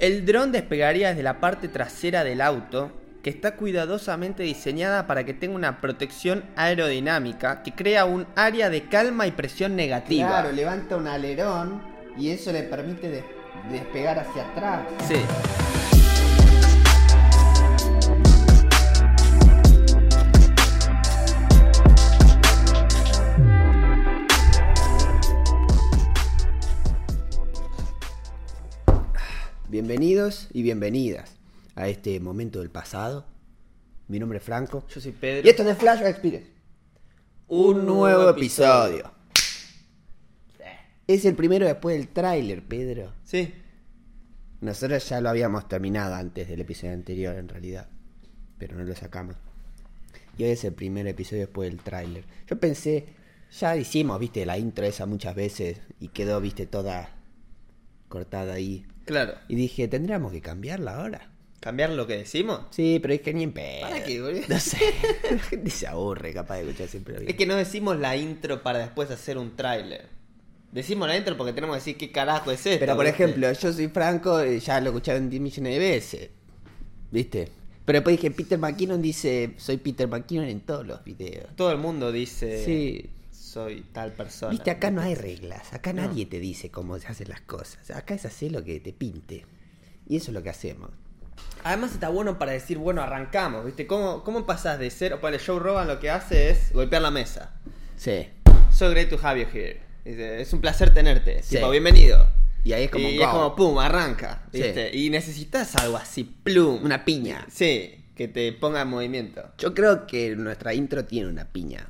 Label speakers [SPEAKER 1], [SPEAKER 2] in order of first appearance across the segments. [SPEAKER 1] El dron despegaría desde la parte trasera del auto, que está cuidadosamente diseñada para que tenga una protección aerodinámica que crea un área de calma y presión negativa.
[SPEAKER 2] Claro, levanta un alerón y eso le permite des- despegar hacia atrás.
[SPEAKER 1] Sí.
[SPEAKER 2] Bienvenidos y bienvenidas a este momento del pasado. Mi nombre es Franco.
[SPEAKER 1] Yo soy Pedro.
[SPEAKER 2] Y esto es de Flash Experience. Un nuevo episodio. Es el primero después del tráiler, Pedro.
[SPEAKER 1] Sí.
[SPEAKER 2] Nosotros ya lo habíamos terminado antes del episodio anterior, en realidad. Pero no lo sacamos. Y hoy es el primer episodio después del tráiler. Yo pensé, ya hicimos, viste, la intro esa muchas veces y quedó, viste, toda cortada ahí.
[SPEAKER 1] Claro.
[SPEAKER 2] Y dije, tendríamos que cambiarla ahora.
[SPEAKER 1] ¿Cambiar lo que decimos?
[SPEAKER 2] Sí, pero es que ni en pedo.
[SPEAKER 1] ¿Para qué, boludo?
[SPEAKER 2] No sé. La gente se aburre, capaz de escuchar siempre lo mismo.
[SPEAKER 1] Es que no decimos la intro para después hacer un tráiler. Decimos la intro porque tenemos que decir qué carajo es esto.
[SPEAKER 2] Pero por
[SPEAKER 1] ¿viste?
[SPEAKER 2] ejemplo, yo soy Franco, eh, ya lo escucharon 10 millones de veces. ¿Viste? Pero después dije, Peter McKinnon dice, soy Peter McKinnon en todos los videos.
[SPEAKER 1] Todo el mundo dice.
[SPEAKER 2] Sí.
[SPEAKER 1] Soy tal persona.
[SPEAKER 2] Viste, acá no hay reglas, acá
[SPEAKER 1] No.
[SPEAKER 2] nadie te dice cómo se hacen las cosas. Acá es hacer lo que te pinte. Y eso es lo que hacemos.
[SPEAKER 1] Además está bueno para decir, bueno, arrancamos, ¿viste? ¿Cómo, cómo pasás de ser... Para Joe Rogan lo que hace es golpear la mesa.
[SPEAKER 2] Sí.
[SPEAKER 1] So great to have you here. Dice, es un placer tenerte.
[SPEAKER 2] Sí.
[SPEAKER 1] Tipo, bienvenido.
[SPEAKER 2] Y ahí es como,
[SPEAKER 1] y
[SPEAKER 2] wow.
[SPEAKER 1] es como, pum, arranca.
[SPEAKER 2] Sí.
[SPEAKER 1] ¿viste? Y necesitas algo así, plum.
[SPEAKER 2] Una piña.
[SPEAKER 1] Sí, que te ponga en movimiento.
[SPEAKER 2] Yo creo que nuestra intro tiene una piña.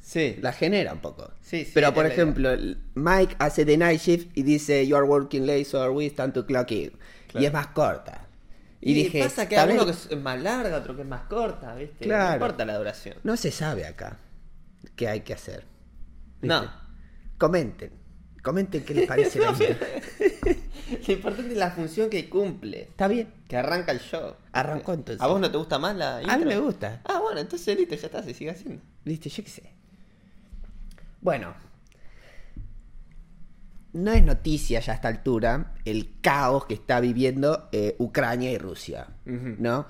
[SPEAKER 1] Sí.
[SPEAKER 2] La genera un poco.
[SPEAKER 1] Sí, sí,
[SPEAKER 2] Pero
[SPEAKER 1] es
[SPEAKER 2] por
[SPEAKER 1] la idea.
[SPEAKER 2] ejemplo, l- Mike hace The Night Shift y dice You are working late, so we stand to clock in.
[SPEAKER 1] Claro.
[SPEAKER 2] Y es más corta. Y, dije,
[SPEAKER 1] pasa que
[SPEAKER 2] tal
[SPEAKER 1] hay uno que
[SPEAKER 2] vez-
[SPEAKER 1] es más larga, otro que es más corta, ¿viste? No
[SPEAKER 2] Claro.
[SPEAKER 1] importa la duración.
[SPEAKER 2] No se sabe acá qué hay que hacer. ¿Viste?
[SPEAKER 1] No.
[SPEAKER 2] Comenten. Comenten qué les parece la intro.
[SPEAKER 1] Lo importante es la función que cumple.
[SPEAKER 2] Está bien.
[SPEAKER 1] Que arranca el show.
[SPEAKER 2] Arrancó, entonces.
[SPEAKER 1] ¿A vos no te gusta más la intro?
[SPEAKER 2] A mí me gusta.
[SPEAKER 1] Ah, bueno, entonces listo, ya está, se sigue haciendo.
[SPEAKER 2] Viste, yo qué sé. Bueno. No es noticia ya a esta altura el caos que está viviendo eh, Ucrania y Rusia,
[SPEAKER 1] Ujú.
[SPEAKER 2] ¿no?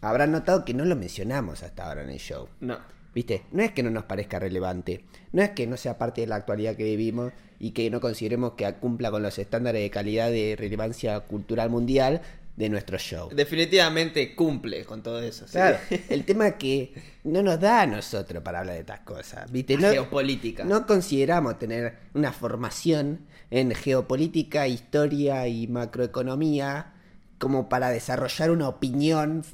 [SPEAKER 2] Habrán notado que no lo mencionamos hasta ahora en el show.
[SPEAKER 1] No.
[SPEAKER 2] ¿Viste? No es que no nos parezca relevante, no es que no sea parte de la actualidad que vivimos y que no consideremos que cumpla con los estándares de calidad de relevancia cultural mundial de nuestro show.
[SPEAKER 1] Definitivamente cumple con todo eso. ¿sí?
[SPEAKER 2] Claro, el tema es que no nos da a nosotros para hablar de estas cosas, ¿viste? No,
[SPEAKER 1] Geopolítica.
[SPEAKER 2] No consideramos tener una formación en geopolítica, historia y macroeconomía como para desarrollar una opinión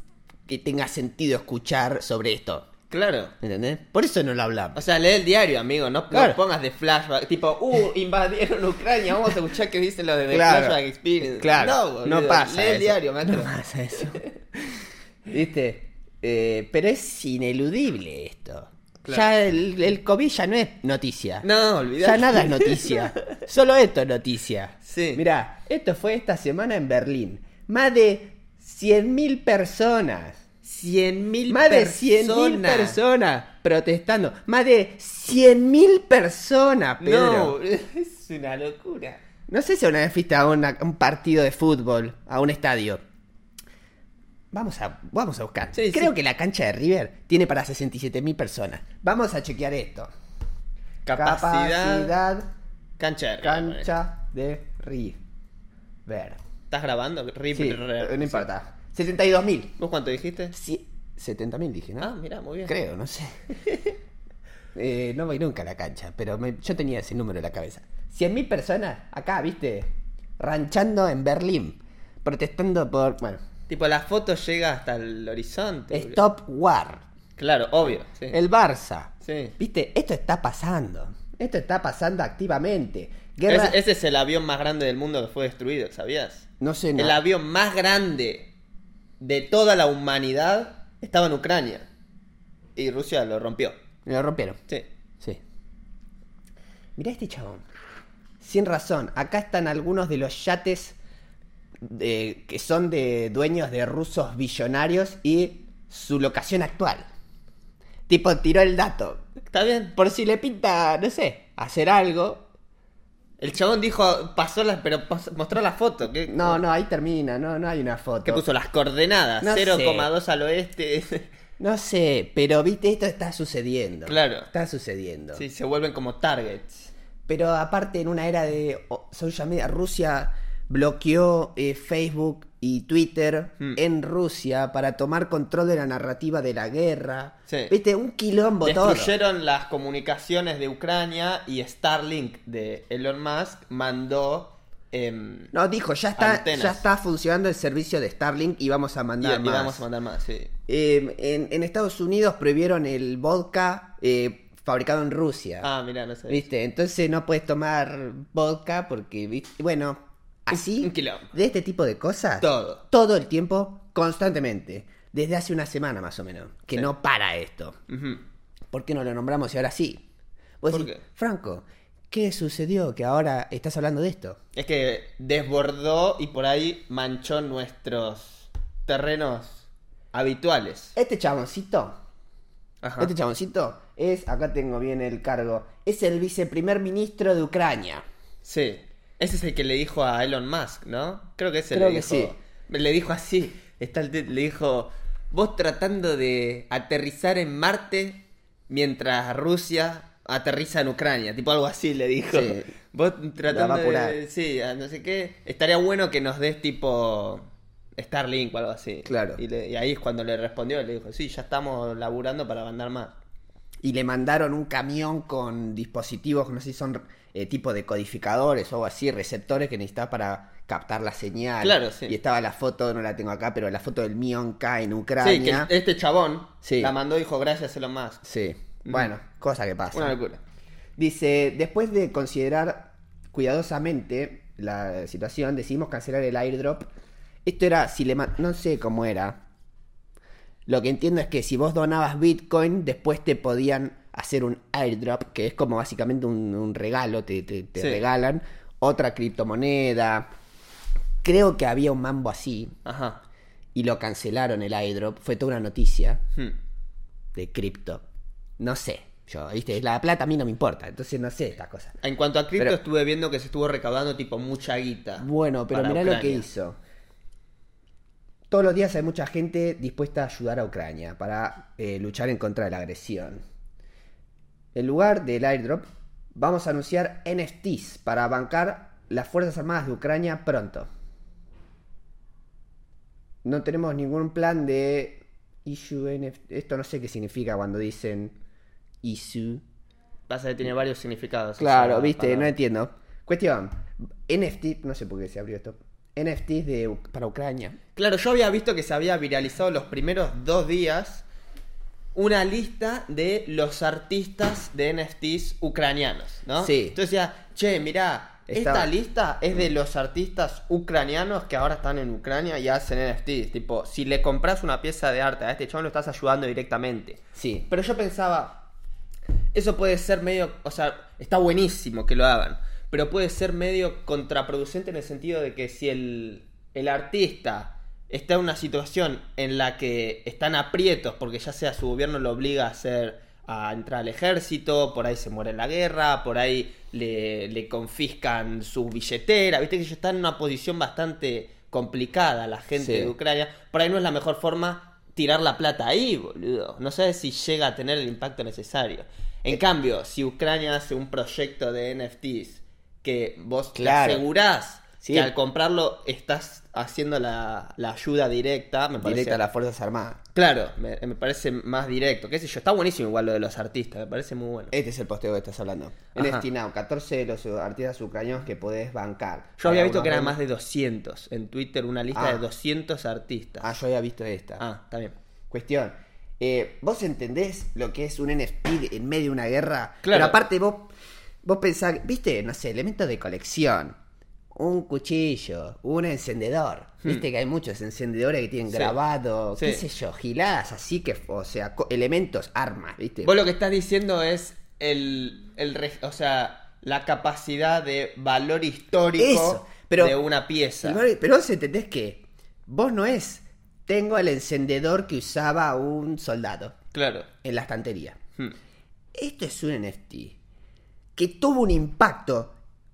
[SPEAKER 2] que tenga sentido escuchar sobre esto,
[SPEAKER 1] Claro.
[SPEAKER 2] ¿entendés? Por eso no lo
[SPEAKER 1] O
[SPEAKER 2] hablamos.
[SPEAKER 1] sea, lee el diario, amigo, no, no
[SPEAKER 2] Claro.
[SPEAKER 1] pongas de flashback. Tipo, uh, invadieron Ucrania, vamos a escuchar qué dicen los de The
[SPEAKER 2] Claro.
[SPEAKER 1] Flashback Experience. no,
[SPEAKER 2] Claro,
[SPEAKER 1] boludo,
[SPEAKER 2] no pasa
[SPEAKER 1] Lee el
[SPEAKER 2] eso.
[SPEAKER 1] diario, maestro.
[SPEAKER 2] No pasa eso. ¿Viste? Eh, pero es ineludible esto.
[SPEAKER 1] Claro.
[SPEAKER 2] Ya el, el COVID ya no es noticia.
[SPEAKER 1] No, olvidate.
[SPEAKER 2] Ya nada es noticia. Solo esto es noticia.
[SPEAKER 1] Sí.
[SPEAKER 2] Mirá, esto fue esta semana en Berlín. Más de 100.000 personas.
[SPEAKER 1] 100.000
[SPEAKER 2] Más de
[SPEAKER 1] personas.
[SPEAKER 2] 100.000 personas protestando. Más de 100.000 personas,
[SPEAKER 1] No,
[SPEAKER 2] Pedro.
[SPEAKER 1] es una locura.
[SPEAKER 2] No sé si una vez fuiste a, una- a un partido de fútbol, a un estadio. Vamos a, vamos a buscar.
[SPEAKER 1] Sí,
[SPEAKER 2] Creo
[SPEAKER 1] sí.
[SPEAKER 2] que la cancha de River tiene para 67.000 personas. Vamos a chequear esto.
[SPEAKER 1] Capacidad.
[SPEAKER 2] Capacidad
[SPEAKER 1] Cancha. de rival, ponele.
[SPEAKER 2] cancha de River.
[SPEAKER 1] ¿Estás grabando? Rip,
[SPEAKER 2] Sí,
[SPEAKER 1] re-
[SPEAKER 2] no importa. 72.000.
[SPEAKER 1] ¿Vos cuánto dijiste?
[SPEAKER 2] Sí, 70.000 dije,
[SPEAKER 1] Ah,
[SPEAKER 2] ¿no?
[SPEAKER 1] mirá, muy bien.
[SPEAKER 2] Creo, no sé. Eh, no voy nunca a la cancha, pero me- yo tenía ese número en la cabeza. 100.000 personas acá, viste, ranchando en Berlín, protestando por, bueno,
[SPEAKER 1] Tipo, la foto llega hasta el horizonte. boludo.
[SPEAKER 2] Stop War,
[SPEAKER 1] Claro, obvio. Sí.
[SPEAKER 2] el Barça.
[SPEAKER 1] Sí.
[SPEAKER 2] Viste, esto está pasando, esto está pasando activamente. Guerra...
[SPEAKER 1] Ese, ese es el avión más grande del mundo que fue destruido, ¿sabías?
[SPEAKER 2] No sé,
[SPEAKER 1] El
[SPEAKER 2] no.
[SPEAKER 1] avión más grande de toda la humanidad estaba en Ucrania. Y Rusia lo rompió.
[SPEAKER 2] Me lo rompieron.
[SPEAKER 1] Sí.
[SPEAKER 2] Sí. Mirá este chabón. Sin razón. Acá están algunos de los yates de- que son de dueños de rusos billonarios y su locación actual. Tipo, tiró el dato.
[SPEAKER 1] Está bien.
[SPEAKER 2] Por si le pinta, no sé, hacer algo.
[SPEAKER 1] El chabón dijo, pasó las, pero pas- mostró la foto. ¿Qué,
[SPEAKER 2] No, no, ahí termina, no, no hay una foto.
[SPEAKER 1] ¿qué puso? Las coordenadas.
[SPEAKER 2] No
[SPEAKER 1] 0,2 al oeste.
[SPEAKER 2] No sé, pero viste, esto está sucediendo.
[SPEAKER 1] Claro.
[SPEAKER 2] Está sucediendo.
[SPEAKER 1] sí, se vuelven como targets.
[SPEAKER 2] Pero aparte, en una era de o- social media, Rusia bloqueó eh, Facebook y Twitter
[SPEAKER 1] Hmm.
[SPEAKER 2] en Rusia para tomar control de la narrativa de la guerra.
[SPEAKER 1] Sí.
[SPEAKER 2] Viste, un quilombo todo.
[SPEAKER 1] Destruyeron las comunicaciones de Ucrania y Starlink de Elon Musk mandó... em,
[SPEAKER 2] No, dijo, ya está,
[SPEAKER 1] Antenas.
[SPEAKER 2] ya está funcionando el servicio de Starlink y vamos a
[SPEAKER 1] y,
[SPEAKER 2] mandar
[SPEAKER 1] y
[SPEAKER 2] más.
[SPEAKER 1] vamos a mandar más, sí.
[SPEAKER 2] Eh, en, en Estados Unidos prohibieron el vodka eh, fabricado en Rusia.
[SPEAKER 1] Ah, mira, no sé.
[SPEAKER 2] ¿Viste? Entonces no puedes tomar vodka porque, ¿viste? bueno, así,
[SPEAKER 1] Un quilombo.
[SPEAKER 2] de este tipo de cosas,
[SPEAKER 1] Todo.
[SPEAKER 2] todo el tiempo, constantemente, desde hace una semana más o menos, que
[SPEAKER 1] Sí.
[SPEAKER 2] no para esto.
[SPEAKER 1] Ujú.
[SPEAKER 2] ¿Por qué no lo nombramos y ahora sí? Vos
[SPEAKER 1] ¿Por
[SPEAKER 2] decís,
[SPEAKER 1] qué?
[SPEAKER 2] Franco, ¿qué sucedió que ahora estás hablando de esto?
[SPEAKER 1] Es que desbordó y por ahí manchó nuestros terrenos habituales.
[SPEAKER 2] Este chaboncito,
[SPEAKER 1] Ajá.
[SPEAKER 2] este chaboncito es, acá tengo bien el cargo, es el viceprimer ministro de Ucrania.
[SPEAKER 1] Sí. Ese es el que le dijo a Elon Musk, ¿no? Creo que ese
[SPEAKER 2] Creo
[SPEAKER 1] le
[SPEAKER 2] que
[SPEAKER 1] dijo.
[SPEAKER 2] sí.
[SPEAKER 1] Le dijo así. Está el tit- le dijo. Vos tratando de aterrizar en Marte mientras Rusia aterriza en Ucrania. Tipo algo así le dijo.
[SPEAKER 2] Sí.
[SPEAKER 1] Vos
[SPEAKER 2] La va
[SPEAKER 1] tratando
[SPEAKER 2] a apurar.
[SPEAKER 1] de. Sí, a no sé qué. Estaría bueno que nos des tipo. Starlink o algo así.
[SPEAKER 2] Claro.
[SPEAKER 1] Y, le- y ahí es cuando le respondió, le dijo, sí, ya estamos laburando para mandar más.
[SPEAKER 2] y le mandaron un camión con dispositivos, no sé si son eh, tipo de codificadores o algo así, receptores que necesitaba para captar la señal.
[SPEAKER 1] Claro, sí.
[SPEAKER 2] Y estaba la foto, no la tengo acá, pero la foto del Mionka en Ucrania.
[SPEAKER 1] Sí, que este chabón
[SPEAKER 2] Sí.
[SPEAKER 1] la mandó y dijo, gracias Elon Musk.
[SPEAKER 2] Sí. Bueno, cosa que pasa.
[SPEAKER 1] Una locura.
[SPEAKER 2] Dice, después de considerar cuidadosamente la situación, decidimos cancelar el airdrop. Esto era, si le ma- no sé cómo era. Lo que entiendo es que si vos donabas Bitcoin, después te podían hacer un airdrop, que es como básicamente un, un regalo, te, te- te
[SPEAKER 1] Sí.
[SPEAKER 2] regalan otra criptomoneda. Creo que había un mambo así
[SPEAKER 1] Ajá.
[SPEAKER 2] y lo cancelaron el airdrop. Fue toda una noticia
[SPEAKER 1] Hmm.
[SPEAKER 2] de cripto. No sé. Yo, viste, la plata a mí no me importa, entonces no sé estas cosas.
[SPEAKER 1] En cuanto a cripto,
[SPEAKER 2] Pero-
[SPEAKER 1] estuve viendo que se estuvo recaudando tipo mucha guita.
[SPEAKER 2] Bueno, pero
[SPEAKER 1] para
[SPEAKER 2] mirá lo que
[SPEAKER 1] Ucrania.
[SPEAKER 2] hizo. Todos los días hay mucha gente dispuesta a ayudar a Ucrania para eh, luchar en contra de la agresión. En lugar del airdrop, vamos a anunciar NFTs para bancar las Fuerzas Armadas de Ucrania pronto. No tenemos ningún plan de issue NFT. Esto no sé qué significa cuando dicen issue.
[SPEAKER 1] Pasa que tiene varios significados.
[SPEAKER 2] Claro,
[SPEAKER 1] esa
[SPEAKER 2] viste, no
[SPEAKER 1] palabra.
[SPEAKER 2] entiendo. Cuestión, NFT, no sé por qué se abrió esto. NFTs de, Uc- para Ucrania.
[SPEAKER 1] Claro, yo había visto que se había viralizado los primeros dos días una lista de los artistas de NFTs ucranianos, ¿no?
[SPEAKER 2] Sí.
[SPEAKER 1] Entonces decía, che, mirá, esta
[SPEAKER 2] Estaba-
[SPEAKER 1] lista es de los artistas ucranianos que ahora están en Ucrania y hacen NFTs. Tipo, si le compras una pieza de arte a este chabón, lo estás ayudando directamente.
[SPEAKER 2] Sí.
[SPEAKER 1] Pero yo pensaba, eso puede ser medio, o sea, está buenísimo que lo hagan, pero puede ser medio contraproducente en el sentido de que si el, el artista está en una situación en la que están aprietos, porque ya sea su gobierno lo obliga a hacer a entrar al ejército, por ahí se muere en la guerra, por ahí le, le confiscan su billetera, viste que ellos están en una posición bastante complicada la gente
[SPEAKER 2] Sí.
[SPEAKER 1] de Ucrania, por ahí no es la mejor forma tirar la plata ahí, boludo. No sabes si llega a tener el impacto necesario.
[SPEAKER 2] Eh.
[SPEAKER 1] En cambio, si Ucrania hace un proyecto de NFTs que vos
[SPEAKER 2] Claro.
[SPEAKER 1] te asegurás
[SPEAKER 2] Sí.
[SPEAKER 1] que al comprarlo estás haciendo la, la ayuda directa, me parece.
[SPEAKER 2] Directa a las Fuerzas Armadas.
[SPEAKER 1] Claro, me, me parece más directo. ¿Qué sé yo? Está buenísimo igual lo de los artistas, me parece muy bueno.
[SPEAKER 2] Este es el posteo que estás hablando.
[SPEAKER 1] Ajá.
[SPEAKER 2] NFT Now, 14 de los artistas ucranianos que podés bancar.
[SPEAKER 1] Yo había
[SPEAKER 2] Para
[SPEAKER 1] visto
[SPEAKER 2] una
[SPEAKER 1] que eran
[SPEAKER 2] ronda-
[SPEAKER 1] más de 200 en Twitter, una lista
[SPEAKER 2] Ah.
[SPEAKER 1] de 200 artistas.
[SPEAKER 2] Ah, yo había visto esta.
[SPEAKER 1] Ah, está bien.
[SPEAKER 2] Cuestión. eh, ¿Vos entendés lo que es un NFT de- en medio de una guerra?
[SPEAKER 1] Claro.
[SPEAKER 2] Pero aparte vos, vos pensás, viste, no sé, elementos de colección. Un cuchillo, un encendedor. Viste que hay muchos encendedores que tienen
[SPEAKER 1] Hmm. Sí.
[SPEAKER 2] grabado, qué
[SPEAKER 1] Sí.
[SPEAKER 2] sé yo, giladas, así que, o sea, co- elementos, armas, viste.
[SPEAKER 1] Vos lo que estás diciendo es el, el re- o sea, la capacidad de valor histórico
[SPEAKER 2] Eso, pero-
[SPEAKER 1] de una pieza.
[SPEAKER 2] Y vos- Pero vos entendés que vos no es, tengo el encendedor que usaba un soldado
[SPEAKER 1] Claro.
[SPEAKER 2] en la estantería.
[SPEAKER 1] Hmm.
[SPEAKER 2] Esto es un NFT que tuvo un impacto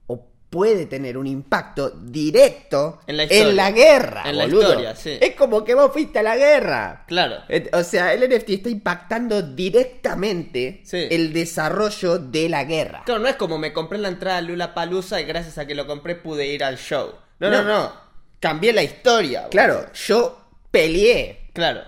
[SPEAKER 2] o puede tener un impacto directo
[SPEAKER 1] En la historia.
[SPEAKER 2] guerra.
[SPEAKER 1] En la
[SPEAKER 2] boludo.
[SPEAKER 1] historia, sí.
[SPEAKER 2] Es como que vos fuiste a la guerra.
[SPEAKER 1] Claro.
[SPEAKER 2] Et- O sea, el NFT está impactando directamente
[SPEAKER 1] Sí.
[SPEAKER 2] el desarrollo de la guerra.
[SPEAKER 1] Claro, no es como me compré la entrada a Lula Palusa y gracias a que lo compré pude ir al show. No, no,
[SPEAKER 2] No.
[SPEAKER 1] no. Cambié la historia. boludo.
[SPEAKER 2] Claro, yo peleé
[SPEAKER 1] Claro.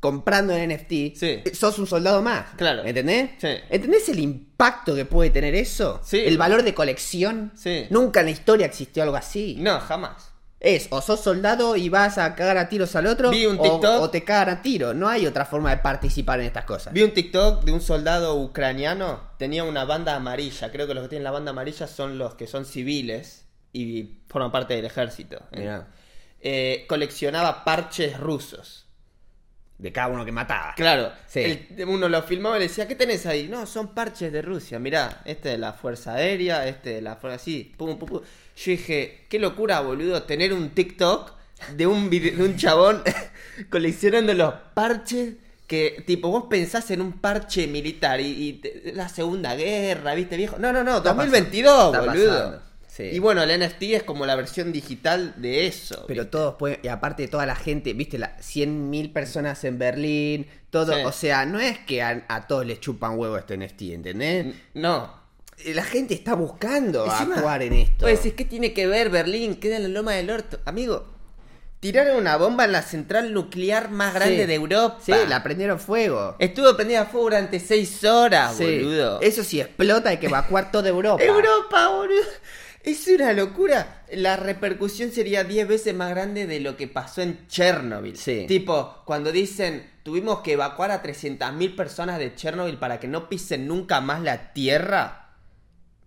[SPEAKER 2] comprando el NFT.
[SPEAKER 1] Sí.
[SPEAKER 2] Sos un soldado más.
[SPEAKER 1] Claro.
[SPEAKER 2] ¿Entendés?
[SPEAKER 1] Sí.
[SPEAKER 2] ¿Entendés el impacto que puede tener eso?
[SPEAKER 1] Sí.
[SPEAKER 2] El valor de colección.
[SPEAKER 1] Sí.
[SPEAKER 2] Nunca en la historia existió algo así.
[SPEAKER 1] No, jamás.
[SPEAKER 2] Es o sos soldado y vas a cagar a tiros al otro
[SPEAKER 1] Vi un
[SPEAKER 2] o-
[SPEAKER 1] TikTok.
[SPEAKER 2] O, te cagan a tiro. No hay otra forma de participar en estas cosas.
[SPEAKER 1] Vi un TikTok de un soldado ucraniano. Tenía una banda amarilla. Creo que los que tienen la banda amarilla son los que son civiles y forman parte del ejército.
[SPEAKER 2] Mirá.
[SPEAKER 1] Eh, coleccionaba parches rusos.
[SPEAKER 2] De cada uno que mataba.
[SPEAKER 1] Claro.
[SPEAKER 2] Sí.
[SPEAKER 1] El- uno lo filmaba y le decía, ¿qué tenés ahí? No, son parches de Rusia. Mirá, este de la Fuerza Aérea, este de la Fuerza... Así, pum, pum, pum. Yo dije, qué locura, boludo, tener un TikTok de un, vide- de un chabón coleccionando los parches que, tipo, vos pensás en un parche militar y, y te- la Segunda Guerra, ¿viste, viejo? No, no, no,
[SPEAKER 2] Está
[SPEAKER 1] 2022,
[SPEAKER 2] pasando, está
[SPEAKER 1] boludo.
[SPEAKER 2] pasando, sí.
[SPEAKER 1] Y bueno, el NFT es como la versión digital de eso.
[SPEAKER 2] Pero
[SPEAKER 1] ¿viste?
[SPEAKER 2] todos pueden, y aparte toda la gente, viste, la, 100.000 personas en Berlín, todo,
[SPEAKER 1] Sí.
[SPEAKER 2] o sea, no es que a, a todos les chupan huevo este NFT, ¿entendés?
[SPEAKER 1] No,
[SPEAKER 2] La gente está buscando
[SPEAKER 1] Mm. Encima, pues,
[SPEAKER 2] actuar en esto.
[SPEAKER 1] Vos decís, ¿qué tiene que ver Berlín? Queda en la loma del orto. Amigo, tiraron una bomba en la central nuclear más grande
[SPEAKER 2] Sí.
[SPEAKER 1] de Europa.
[SPEAKER 2] Sí, la prendieron fuego.
[SPEAKER 1] Estuvo prendida a fuego durante seis horas,
[SPEAKER 2] Sí.
[SPEAKER 1] Ah, boludo.
[SPEAKER 2] Eso sí explota, hay que evacuar toda Europa.
[SPEAKER 1] Europa, boludo. Es una locura. La repercusión sería 10 veces más grande de lo que pasó en Chernobyl.
[SPEAKER 2] Sí.
[SPEAKER 1] Tipo, cuando dicen, tuvimos que evacuar a 300.000 personas de Chernobyl para que no pisen nunca más la tierra.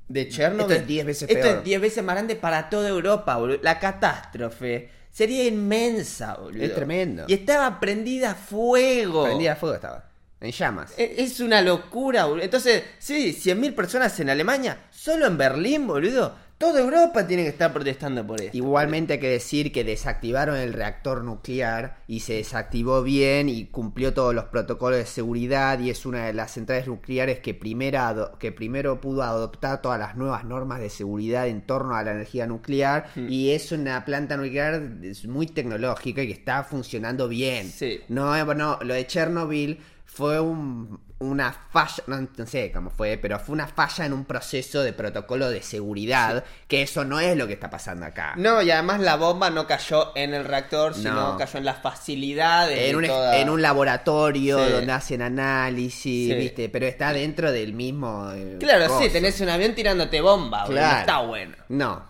[SPEAKER 1] De Chernobyl.
[SPEAKER 2] Esto es 10 veces
[SPEAKER 1] Esto
[SPEAKER 2] peor.
[SPEAKER 1] es 10 veces más grande para toda Europa, boludo. La catástrofe sería inmensa, boludo.
[SPEAKER 2] Es tremendo.
[SPEAKER 1] Y estaba prendida a fuego.
[SPEAKER 2] Prendida a fuego estaba. En llamas.
[SPEAKER 1] E- Es una locura, boludo. Entonces, sí, 100.000 personas en Alemania, solo en Berlín, boludo. Toda Europa tiene que estar protestando por esto.
[SPEAKER 2] Igualmente hay que decir que desactivaron el reactor nuclear y se desactivó bien y cumplió todos los protocolos de seguridad y es una de las centrales nucleares que, primera ado- que primero pudo adoptar todas las nuevas normas de seguridad en torno a la energía nuclear y es una planta nuclear es muy tecnológica y que está funcionando bien.
[SPEAKER 1] Sí.
[SPEAKER 2] No, eh, bueno, lo de Chernobyl fue un- una falla, no, no sé cómo fue, pero fue una falla en un proceso de protocolo de seguridad, que eso no es lo que está pasando acá.
[SPEAKER 1] No, y además la bomba no cayó en el reactor, sino
[SPEAKER 2] No.
[SPEAKER 1] cayó en las facilidades.
[SPEAKER 2] En
[SPEAKER 1] de
[SPEAKER 2] un, es-
[SPEAKER 1] toda-
[SPEAKER 2] en un laboratorio
[SPEAKER 1] Sí.
[SPEAKER 2] donde hacen análisis,
[SPEAKER 1] Sí.
[SPEAKER 2] ¿viste? Pero está dentro del mismo. eh,
[SPEAKER 1] Claro, sí,
[SPEAKER 2] coso.
[SPEAKER 1] tenés un avión tirándote bomba, boludo.
[SPEAKER 2] Claro.
[SPEAKER 1] Está bueno.
[SPEAKER 2] No.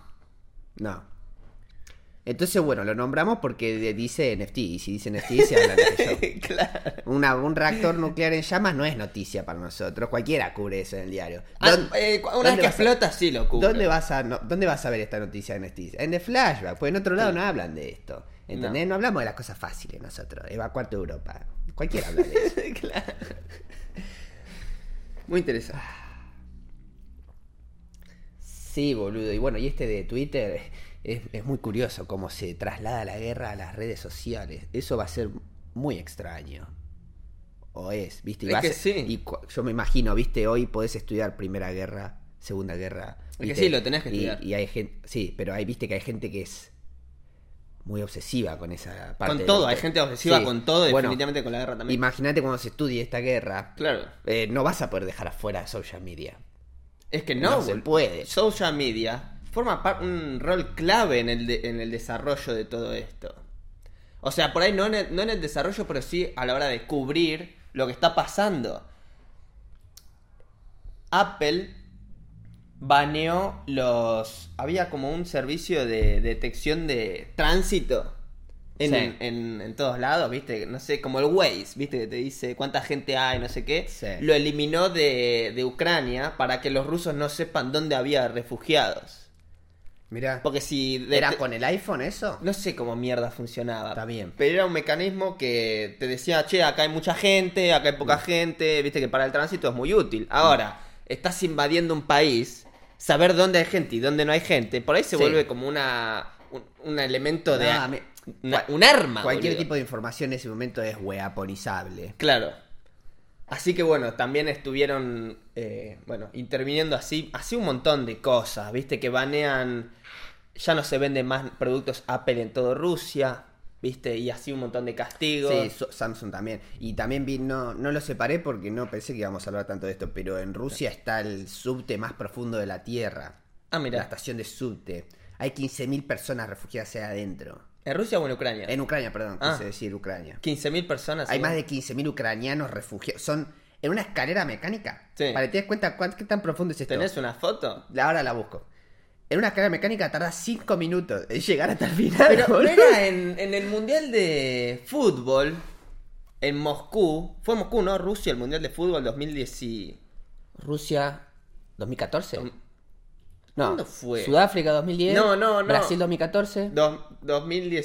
[SPEAKER 2] No. Entonces, bueno, lo nombramos porque de- dice NFT. Y si dice NFT, se habla de ello.
[SPEAKER 1] claro.
[SPEAKER 2] Una- un reactor nuclear en llamas no es noticia para nosotros. Cualquiera cubre eso en el diario.
[SPEAKER 1] Ah,
[SPEAKER 2] ¿Dónde-
[SPEAKER 1] eh, cu- una
[SPEAKER 2] dónde
[SPEAKER 1] vez que
[SPEAKER 2] vas a-
[SPEAKER 1] explota, sí lo cubre.
[SPEAKER 2] ¿Dónde vas, a, no- ¿Dónde vas a ver esta noticia de NFT? En The Flashback, pues en otro lado no hablan de esto. ¿Entendés? No, hablamos de las cosas fáciles nosotros. Evacuar tu Europa. Cualquiera habla de eso.
[SPEAKER 1] Claro. Muy interesante.
[SPEAKER 2] Sí, boludo. Y bueno, y este de Twitter es, es muy curioso cómo se traslada la guerra a las redes sociales. Eso va a ser muy extraño. O es, ¿viste? Y,
[SPEAKER 1] Es
[SPEAKER 2] va a
[SPEAKER 1] que
[SPEAKER 2] ser-
[SPEAKER 1] sí.
[SPEAKER 2] y cu- yo me imagino, ¿viste? Hoy podés estudiar Primera Guerra, Segunda Guerra.
[SPEAKER 1] que
[SPEAKER 2] ¿viste?
[SPEAKER 1] sí, lo tenés que
[SPEAKER 2] Y-
[SPEAKER 1] estudiar.
[SPEAKER 2] Y hay gente, sí, pero hay, ¿viste? Que hay gente que es muy obsesiva con esa parte.
[SPEAKER 1] Con
[SPEAKER 2] de
[SPEAKER 1] todo,
[SPEAKER 2] la
[SPEAKER 1] hay
[SPEAKER 2] historia.
[SPEAKER 1] gente obsesiva
[SPEAKER 2] Sí.
[SPEAKER 1] con todo,
[SPEAKER 2] Bueno,
[SPEAKER 1] definitivamente con la guerra también.
[SPEAKER 2] Imagínate cuando se estudie esta guerra.
[SPEAKER 1] Claro.
[SPEAKER 2] eh, no vas a poder dejar afuera social media.
[SPEAKER 1] Es que no,
[SPEAKER 2] No se
[SPEAKER 1] bol-
[SPEAKER 2] puede.
[SPEAKER 1] Social media forma par- un rol clave en el, de- en el desarrollo de todo esto. O sea, por ahí no en, el, no en el desarrollo, pero sí a la hora de cubrir lo que está pasando. Apple baneó los... Había como un servicio de detección de tránsito. En,
[SPEAKER 2] Sí.
[SPEAKER 1] en- en- en todos lados, ¿viste? No sé, como el Waze, ¿viste? Que te dice cuánta gente hay, no sé qué.
[SPEAKER 2] Sí.
[SPEAKER 1] Lo eliminó de, de Ucrania para que los rusos no sepan dónde había refugiados.
[SPEAKER 2] Mirá.
[SPEAKER 1] Porque si... de-
[SPEAKER 2] ¿Era con el iPhone eso?
[SPEAKER 1] No sé cómo mierda funcionaba.
[SPEAKER 2] Está bien.
[SPEAKER 1] Pero era un mecanismo que te decía, che, acá hay mucha gente, acá hay
[SPEAKER 2] Mm.
[SPEAKER 1] poca gente, viste que para el tránsito es muy útil. Ahora, estás invadiendo un país, saber dónde hay gente y dónde no hay gente, por ahí se
[SPEAKER 2] Sí.
[SPEAKER 1] vuelve como una... Un, un elemento de...
[SPEAKER 2] No, a mí-
[SPEAKER 1] una-
[SPEAKER 2] cual-
[SPEAKER 1] un arma.
[SPEAKER 2] Cualquier
[SPEAKER 1] boludo.
[SPEAKER 2] tipo de información en ese momento es weaponizable.
[SPEAKER 1] Claro. Así que bueno, también estuvieron, eh, bueno, interviniendo así, así un montón de cosas, viste, que banean, ya no se venden más productos Apple en todo Rusia, viste, y así un montón de castigos.
[SPEAKER 2] Sí, so- Samsung también. Y también vi, no, no lo separé porque no pensé que íbamos a hablar tanto de esto, pero en Rusia está el subte más profundo de la Tierra.
[SPEAKER 1] ah,
[SPEAKER 2] La
[SPEAKER 1] mira,
[SPEAKER 2] estación de subte. Hay 15.000 personas refugiadas ahí adentro.
[SPEAKER 1] ¿en Rusia o en Ucrania?
[SPEAKER 2] En Ucrania, perdón,
[SPEAKER 1] Ah.
[SPEAKER 2] quise decir Ucrania.
[SPEAKER 1] 15.000 personas.
[SPEAKER 2] Hay
[SPEAKER 1] ¿sí?
[SPEAKER 2] más de 15.000 ucranianos refugiados. Son en una escalera mecánica.
[SPEAKER 1] Sí.
[SPEAKER 2] Para que te des cuenta cuán- qué tan profundo es esto.
[SPEAKER 1] ¿Tenés una foto?
[SPEAKER 2] La- Ahora la busco. En una escalera mecánica tarda 5 minutos en llegar hasta el final.
[SPEAKER 1] Pero no
[SPEAKER 2] boludo.
[SPEAKER 1] era en, en el Mundial de Fútbol, en Moscú, fue Moscú, ¿no? Rusia, el Mundial de Fútbol 2010.
[SPEAKER 2] Rusia 2014. No.
[SPEAKER 1] ¿Cuándo fue?
[SPEAKER 2] Sudáfrica 2010.
[SPEAKER 1] No, no, no.
[SPEAKER 2] Brasil 2014.
[SPEAKER 1] Dos-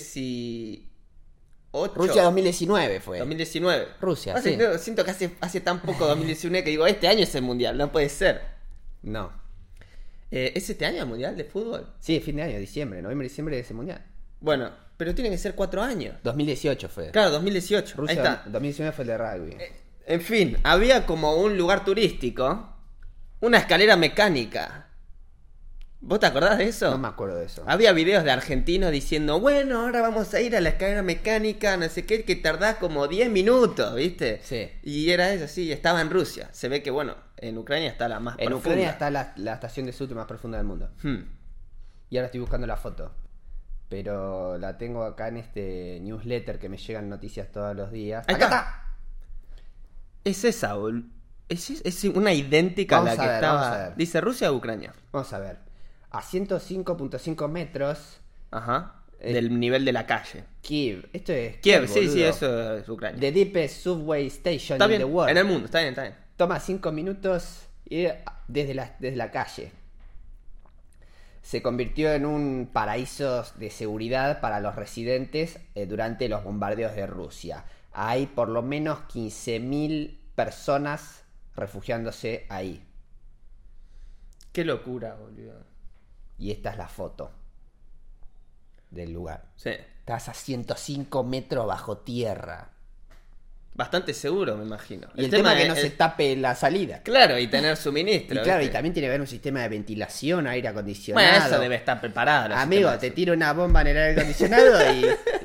[SPEAKER 1] 2018.
[SPEAKER 2] Rusia 2019 fue.
[SPEAKER 1] 2019.
[SPEAKER 2] Rusia,
[SPEAKER 1] Hace-
[SPEAKER 2] sí.
[SPEAKER 1] Ah, no, siento que hace, hace tan poco 2019 que digo, este año es el mundial, no puede ser.
[SPEAKER 2] No.
[SPEAKER 1] Eh, ¿Es este año el mundial de fútbol?
[SPEAKER 2] Sí, fin de año, diciembre, noviembre, diciembre de ese mundial.
[SPEAKER 1] Bueno, pero tiene que ser cuatro años.
[SPEAKER 2] 2018 fue.
[SPEAKER 1] Claro, 2018.
[SPEAKER 2] Rusia
[SPEAKER 1] Ahí está.
[SPEAKER 2] 2019 fue el de rugby.
[SPEAKER 1] En fin, había como un lugar turístico, una escalera mecánica. ¿Vos te acordás de eso?
[SPEAKER 2] no Ah, me acuerdo de eso.
[SPEAKER 1] Había videos de argentinos diciendo, bueno, ahora vamos a ir a la escalera mecánica, no sé qué, que tardás como 10 minutos, ¿viste?
[SPEAKER 2] Sí.
[SPEAKER 1] Y era eso, sí, estaba en Rusia. Se ve que, bueno, en Ucrania está la más
[SPEAKER 2] en
[SPEAKER 1] profunda.
[SPEAKER 2] Ucrania está la, la estación de subte más profunda del mundo.
[SPEAKER 1] Hmm.
[SPEAKER 2] Y ahora estoy buscando la foto. Pero la tengo acá en este newsletter que me llegan noticias todos los días.
[SPEAKER 1] Ahí
[SPEAKER 2] Acá
[SPEAKER 1] está. Es esa, bol... es, es una idéntica
[SPEAKER 2] Vamos
[SPEAKER 1] a la
[SPEAKER 2] a
[SPEAKER 1] que
[SPEAKER 2] ver,
[SPEAKER 1] estaba...
[SPEAKER 2] vamos a ver.
[SPEAKER 1] Dice Rusia o Ucrania.
[SPEAKER 2] Vamos a ver. A 105.5 metros,
[SPEAKER 1] Ajá.
[SPEAKER 2] Eh.
[SPEAKER 1] Del nivel de la calle.
[SPEAKER 2] Kiev. Esto es
[SPEAKER 1] Kiev, sí,
[SPEAKER 2] eh, boludo.
[SPEAKER 1] sí, eso es Ucrania.
[SPEAKER 2] The deepest subway station
[SPEAKER 1] Está
[SPEAKER 2] in
[SPEAKER 1] bien,
[SPEAKER 2] the world.
[SPEAKER 1] en el mundo, está bien, está bien.
[SPEAKER 2] Toma 5 minutos ir desde la, desde la calle. Se convirtió en un paraíso de seguridad para los residentes eh, durante los bombardeos de Rusia. Hay por lo menos 15.000 personas refugiándose ahí.
[SPEAKER 1] Qué locura, boludo.
[SPEAKER 2] Y esta es la foto del lugar.
[SPEAKER 1] Sí.
[SPEAKER 2] Estás a 105 metros bajo tierra.
[SPEAKER 1] Bastante seguro, me imagino.
[SPEAKER 2] Y el, tema, es que no
[SPEAKER 1] el-
[SPEAKER 2] se tape la salida.
[SPEAKER 1] Claro, y tener
[SPEAKER 2] Y
[SPEAKER 1] suministro.
[SPEAKER 2] claro, este y
[SPEAKER 1] ¿viste?
[SPEAKER 2] también tiene que haber un sistema de ventilación, aire
[SPEAKER 1] Bueno,
[SPEAKER 2] acondicionado.
[SPEAKER 1] eso debe estar preparado. los
[SPEAKER 2] Amigo,
[SPEAKER 1] sistemas
[SPEAKER 2] te
[SPEAKER 1] de
[SPEAKER 2] tiro una bomba en el aire acondicionado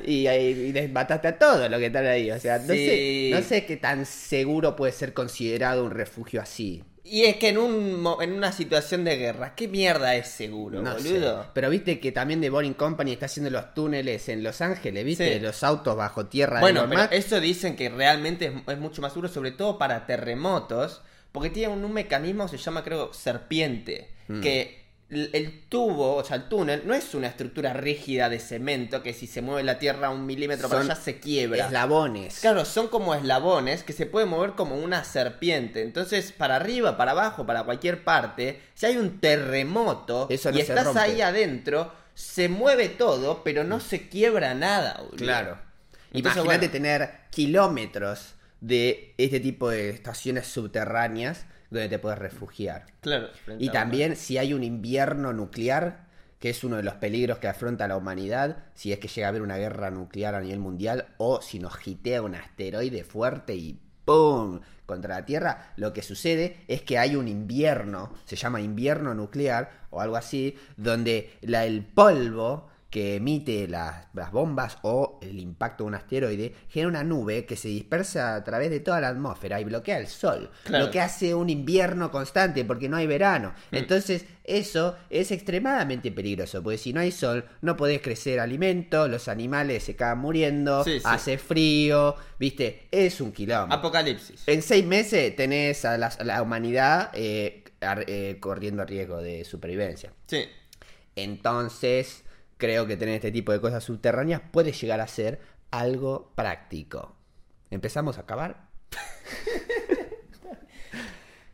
[SPEAKER 2] y, y, y desbataste a todo lo que están ahí. O sea, no,
[SPEAKER 1] Sí.
[SPEAKER 2] sé, no sé qué tan seguro puede ser considerado un refugio así.
[SPEAKER 1] seguridad. Y es que en, un, mo- en una situación de guerra, ¿qué mierda es seguro,
[SPEAKER 2] No sé.
[SPEAKER 1] boludo?
[SPEAKER 2] Pero viste que también The Boring Company está haciendo los túneles en Los Ángeles, viste,
[SPEAKER 1] Sí.
[SPEAKER 2] los autos bajo tierra. de
[SPEAKER 1] Bueno,
[SPEAKER 2] Elon
[SPEAKER 1] pero
[SPEAKER 2] Musk.
[SPEAKER 1] eso dicen que realmente es, es mucho más seguro, sobre todo para terremotos, porque tiene un, un mecanismo, se llama creo serpiente,
[SPEAKER 2] Mm.
[SPEAKER 1] que l- el tubo, o sea, el túnel, no es una estructura rígida de cemento que si se mueve la tierra un milímetro para
[SPEAKER 2] Son
[SPEAKER 1] allá se quiebra.
[SPEAKER 2] eslabones.
[SPEAKER 1] Claro, son como eslabones que se pueden mover como una serpiente. Entonces, para arriba, para abajo, para cualquier parte, si hay un terremoto
[SPEAKER 2] Eso no
[SPEAKER 1] y
[SPEAKER 2] se
[SPEAKER 1] estás
[SPEAKER 2] rompe. Mm.
[SPEAKER 1] ahí adentro, se mueve todo, pero no se quiebra nada, boludo.
[SPEAKER 2] Claro.
[SPEAKER 1] Entonces,
[SPEAKER 2] Imagínate
[SPEAKER 1] bueno.
[SPEAKER 2] tener kilómetros de este tipo de estaciones subterráneas donde te puedes refugiar.
[SPEAKER 1] Claro.
[SPEAKER 2] Y también si hay un invierno nuclear, que es uno de los peligros que afronta la humanidad, si es que llega a haber una guerra nuclear a nivel mundial o si nos gitea un asteroide fuerte y ¡pum! contra la Tierra, lo que sucede es que hay un invierno, se llama invierno nuclear o algo así, donde la- el polvo que emite las, las bombas o el impacto de un asteroide genera una nube que se dispersa a través de toda la atmósfera y bloquea el sol,
[SPEAKER 1] Claro.
[SPEAKER 2] lo que hace un invierno constante porque no hay verano.
[SPEAKER 1] Mm.
[SPEAKER 2] Entonces, eso es extremadamente peligroso, porque si no hay sol, no podés crecer alimentos, los animales se acaban muriendo,
[SPEAKER 1] Sí, sí.
[SPEAKER 2] hace frío, viste, es un quilombo.
[SPEAKER 1] Apocalipsis.
[SPEAKER 2] En seis meses tenés a la, a la humanidad eh, ar- eh, corriendo riesgo de supervivencia.
[SPEAKER 1] Sí.
[SPEAKER 2] Entonces, creo que tener este tipo de cosas subterráneas puede llegar a ser algo práctico. ¿Empezamos a acabar?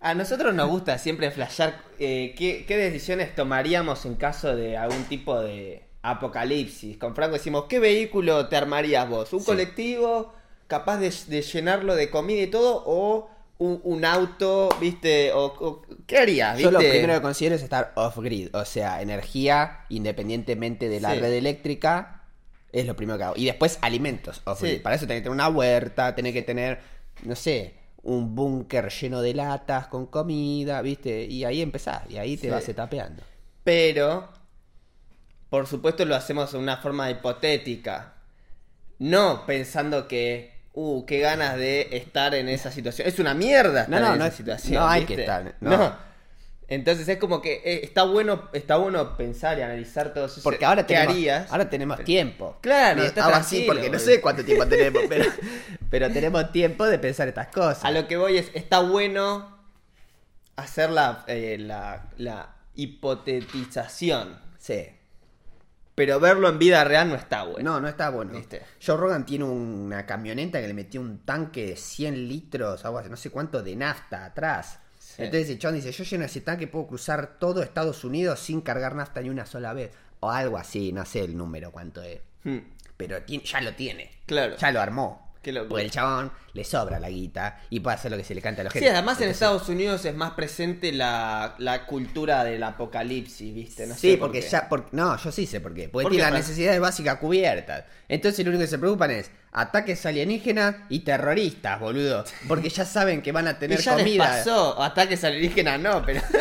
[SPEAKER 1] A nosotros nos gusta siempre flashear eh, qué, qué decisiones tomaríamos en caso de algún tipo de apocalipsis. Con Franco decimos, ¿qué vehículo te armarías vos? ¿Un
[SPEAKER 2] Sí.
[SPEAKER 1] colectivo capaz de, de llenarlo de comida y todo? ¿O un, un auto, viste? O, o- ¿Qué harías,
[SPEAKER 2] Yo
[SPEAKER 1] Ah, viste?
[SPEAKER 2] lo primero que considero es estar off-grid, o sea, energía independientemente de la
[SPEAKER 1] Sí.
[SPEAKER 2] red eléctrica, es lo primero que hago. Y después alimentos off-grid.
[SPEAKER 1] Sí.
[SPEAKER 2] Para eso tenés que tener una huerta, tenés que tener, no sé, un búnker lleno de latas con comida, ¿viste? Y ahí empezás, y ahí te
[SPEAKER 1] Sí.
[SPEAKER 2] vas etapeando.
[SPEAKER 1] Pero, por supuesto, lo hacemos de una forma hipotética. No pensando que, uh, qué ganas de estar en esa situación. Es una mierda estar
[SPEAKER 2] No, no,
[SPEAKER 1] en
[SPEAKER 2] no
[SPEAKER 1] esa
[SPEAKER 2] es-
[SPEAKER 1] situación.
[SPEAKER 2] no hay
[SPEAKER 1] ¿viste?
[SPEAKER 2] que estar, no.
[SPEAKER 1] Entonces es como que eh, está bueno está bueno pensar y analizar todo eso.
[SPEAKER 2] Porque ahora
[SPEAKER 1] ¿Qué
[SPEAKER 2] tenemos,
[SPEAKER 1] harías?
[SPEAKER 2] ahora tenemos tiempo.
[SPEAKER 1] Claro,
[SPEAKER 2] Me
[SPEAKER 1] estás
[SPEAKER 2] hago
[SPEAKER 1] tranquilo,
[SPEAKER 2] así porque no
[SPEAKER 1] boludo.
[SPEAKER 2] sé cuánto tiempo tenemos, pero, pero tenemos tiempo de pensar estas cosas.
[SPEAKER 1] A lo que voy es, está bueno hacer la, eh, la, la hipotetización.
[SPEAKER 2] Sí.
[SPEAKER 1] Pero verlo en vida real no está bueno.
[SPEAKER 2] No, no está bueno.
[SPEAKER 1] Viste.
[SPEAKER 2] Joe Rogan tiene una camioneta que le metió un tanque de 100 litros, agua, no sé cuánto, de nafta atrás.
[SPEAKER 1] Sí.
[SPEAKER 2] Entonces el chabón dice, yo lleno ese tanque puedo cruzar todo Estados Unidos sin cargar nafta ni una sola vez. O algo así, no sé el número cuánto es.
[SPEAKER 1] Hmm,
[SPEAKER 2] Pero ti- ya lo tiene.
[SPEAKER 1] claro.
[SPEAKER 2] Ya lo armó.
[SPEAKER 1] Qué locura.
[SPEAKER 2] Porque el chabón le sobra la guita y puede hacer lo que se le canta a los
[SPEAKER 1] Sí, además en Estados Unidos es más presente la, la cultura del apocalipsis, ¿viste? No
[SPEAKER 2] sí,
[SPEAKER 1] sé por
[SPEAKER 2] porque
[SPEAKER 1] qué.
[SPEAKER 2] ya. por- no, yo sí sé por qué. Porque
[SPEAKER 1] ¿Por
[SPEAKER 2] tiene
[SPEAKER 1] qué,
[SPEAKER 2] las
[SPEAKER 1] Fran?
[SPEAKER 2] necesidades básicas cubiertas. Entonces lo único que se preocupan es ataques alienígenas y terroristas, boludo. Porque ya saben que van a
[SPEAKER 1] Y
[SPEAKER 2] tener
[SPEAKER 1] ya les
[SPEAKER 2] comida.
[SPEAKER 1] pasó. Ataques alienígenas no, pero...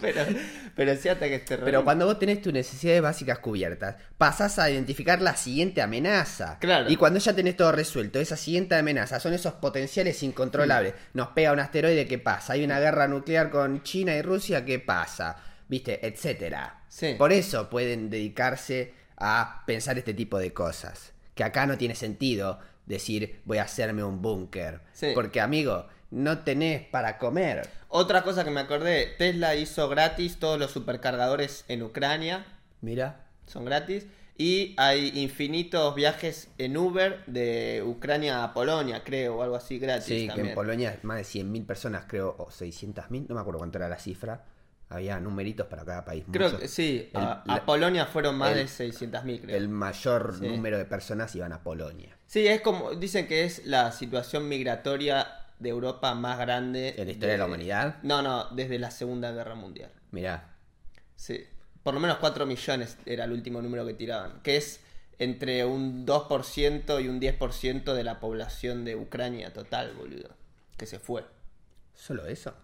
[SPEAKER 1] pero, pero sí ataques terroristas.
[SPEAKER 2] Pero cuando vos tenés tus necesidades básicas cubiertas, pasás a identificar la siguiente amenaza.
[SPEAKER 1] Claro.
[SPEAKER 2] Y cuando ya tenés todo resuelto, esa siguiente amenaza son esos potenciales incontrolables. Nos pega un asteroide, ¿qué pasa? Hay una guerra nuclear con China y Rusia, ¿qué pasa? ¿Viste? Etcétera.
[SPEAKER 1] Sí.
[SPEAKER 2] Por eso pueden dedicarse a pensar este tipo de cosas. Que acá no tiene sentido decir voy a hacerme un búnker.
[SPEAKER 1] Sí.
[SPEAKER 2] Porque, amigo, no tenés para comer.
[SPEAKER 1] Otra cosa que me acordé, Tesla hizo gratis todos los supercargadores en Ucrania.
[SPEAKER 2] Mira.
[SPEAKER 1] son gratis. Y hay infinitos viajes en Uber de Ucrania a Polonia, creo, o algo así gratis.
[SPEAKER 2] Sí, que
[SPEAKER 1] también.
[SPEAKER 2] en Polonia más de 100.000 personas, creo, o 600.000, no me acuerdo cuánto era la cifra. Había numeritos para cada país.
[SPEAKER 1] Creo
[SPEAKER 2] muchos.
[SPEAKER 1] que sí, a,
[SPEAKER 2] El-
[SPEAKER 1] a
[SPEAKER 2] la-
[SPEAKER 1] Polonia fueron más
[SPEAKER 2] el-
[SPEAKER 1] de 600.000, creo.
[SPEAKER 2] El mayor
[SPEAKER 1] Sí.
[SPEAKER 2] número de personas iban a Polonia.
[SPEAKER 1] Sí, es como, dicen que es la situación migratoria de Europa más grande.
[SPEAKER 2] ¿En la historia de la humanidad?
[SPEAKER 1] No, no, desde la Segunda Guerra Mundial.
[SPEAKER 2] Mirá,
[SPEAKER 1] Sí. Por lo menos 4 millones era el último número que tiraban, que es entre un 2% y un 10% de la población de Ucrania total, boludo, que se fue.
[SPEAKER 2] ¿solo eso?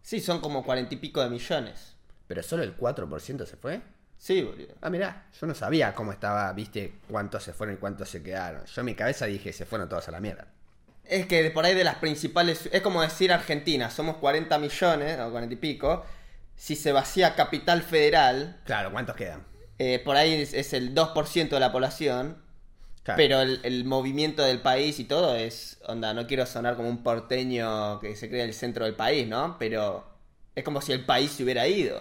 [SPEAKER 1] Sí, son como cuarenta y pico de millones.
[SPEAKER 2] ¿Pero solo el 4% se fue?
[SPEAKER 1] Sí, boludo.
[SPEAKER 2] Ah, mirá, yo no sabía cómo estaba, viste, cuántos se fueron y cuántos se quedaron. Yo en mi cabeza dije, se fueron todos a la mierda.
[SPEAKER 1] Es que de por ahí de las principales. Es como decir Argentina, somos 40 millones, o 40 y pico. Si se vacía Capital Federal,
[SPEAKER 2] Claro, ¿cuántos quedan?
[SPEAKER 1] eh, por ahí es, es el 2% de la población.
[SPEAKER 2] Claro.
[SPEAKER 1] Pero el, el movimiento del país y todo es. Onda, no quiero sonar como un porteño que se cree el centro del país, ¿no? Pero es como si el país se hubiera ido.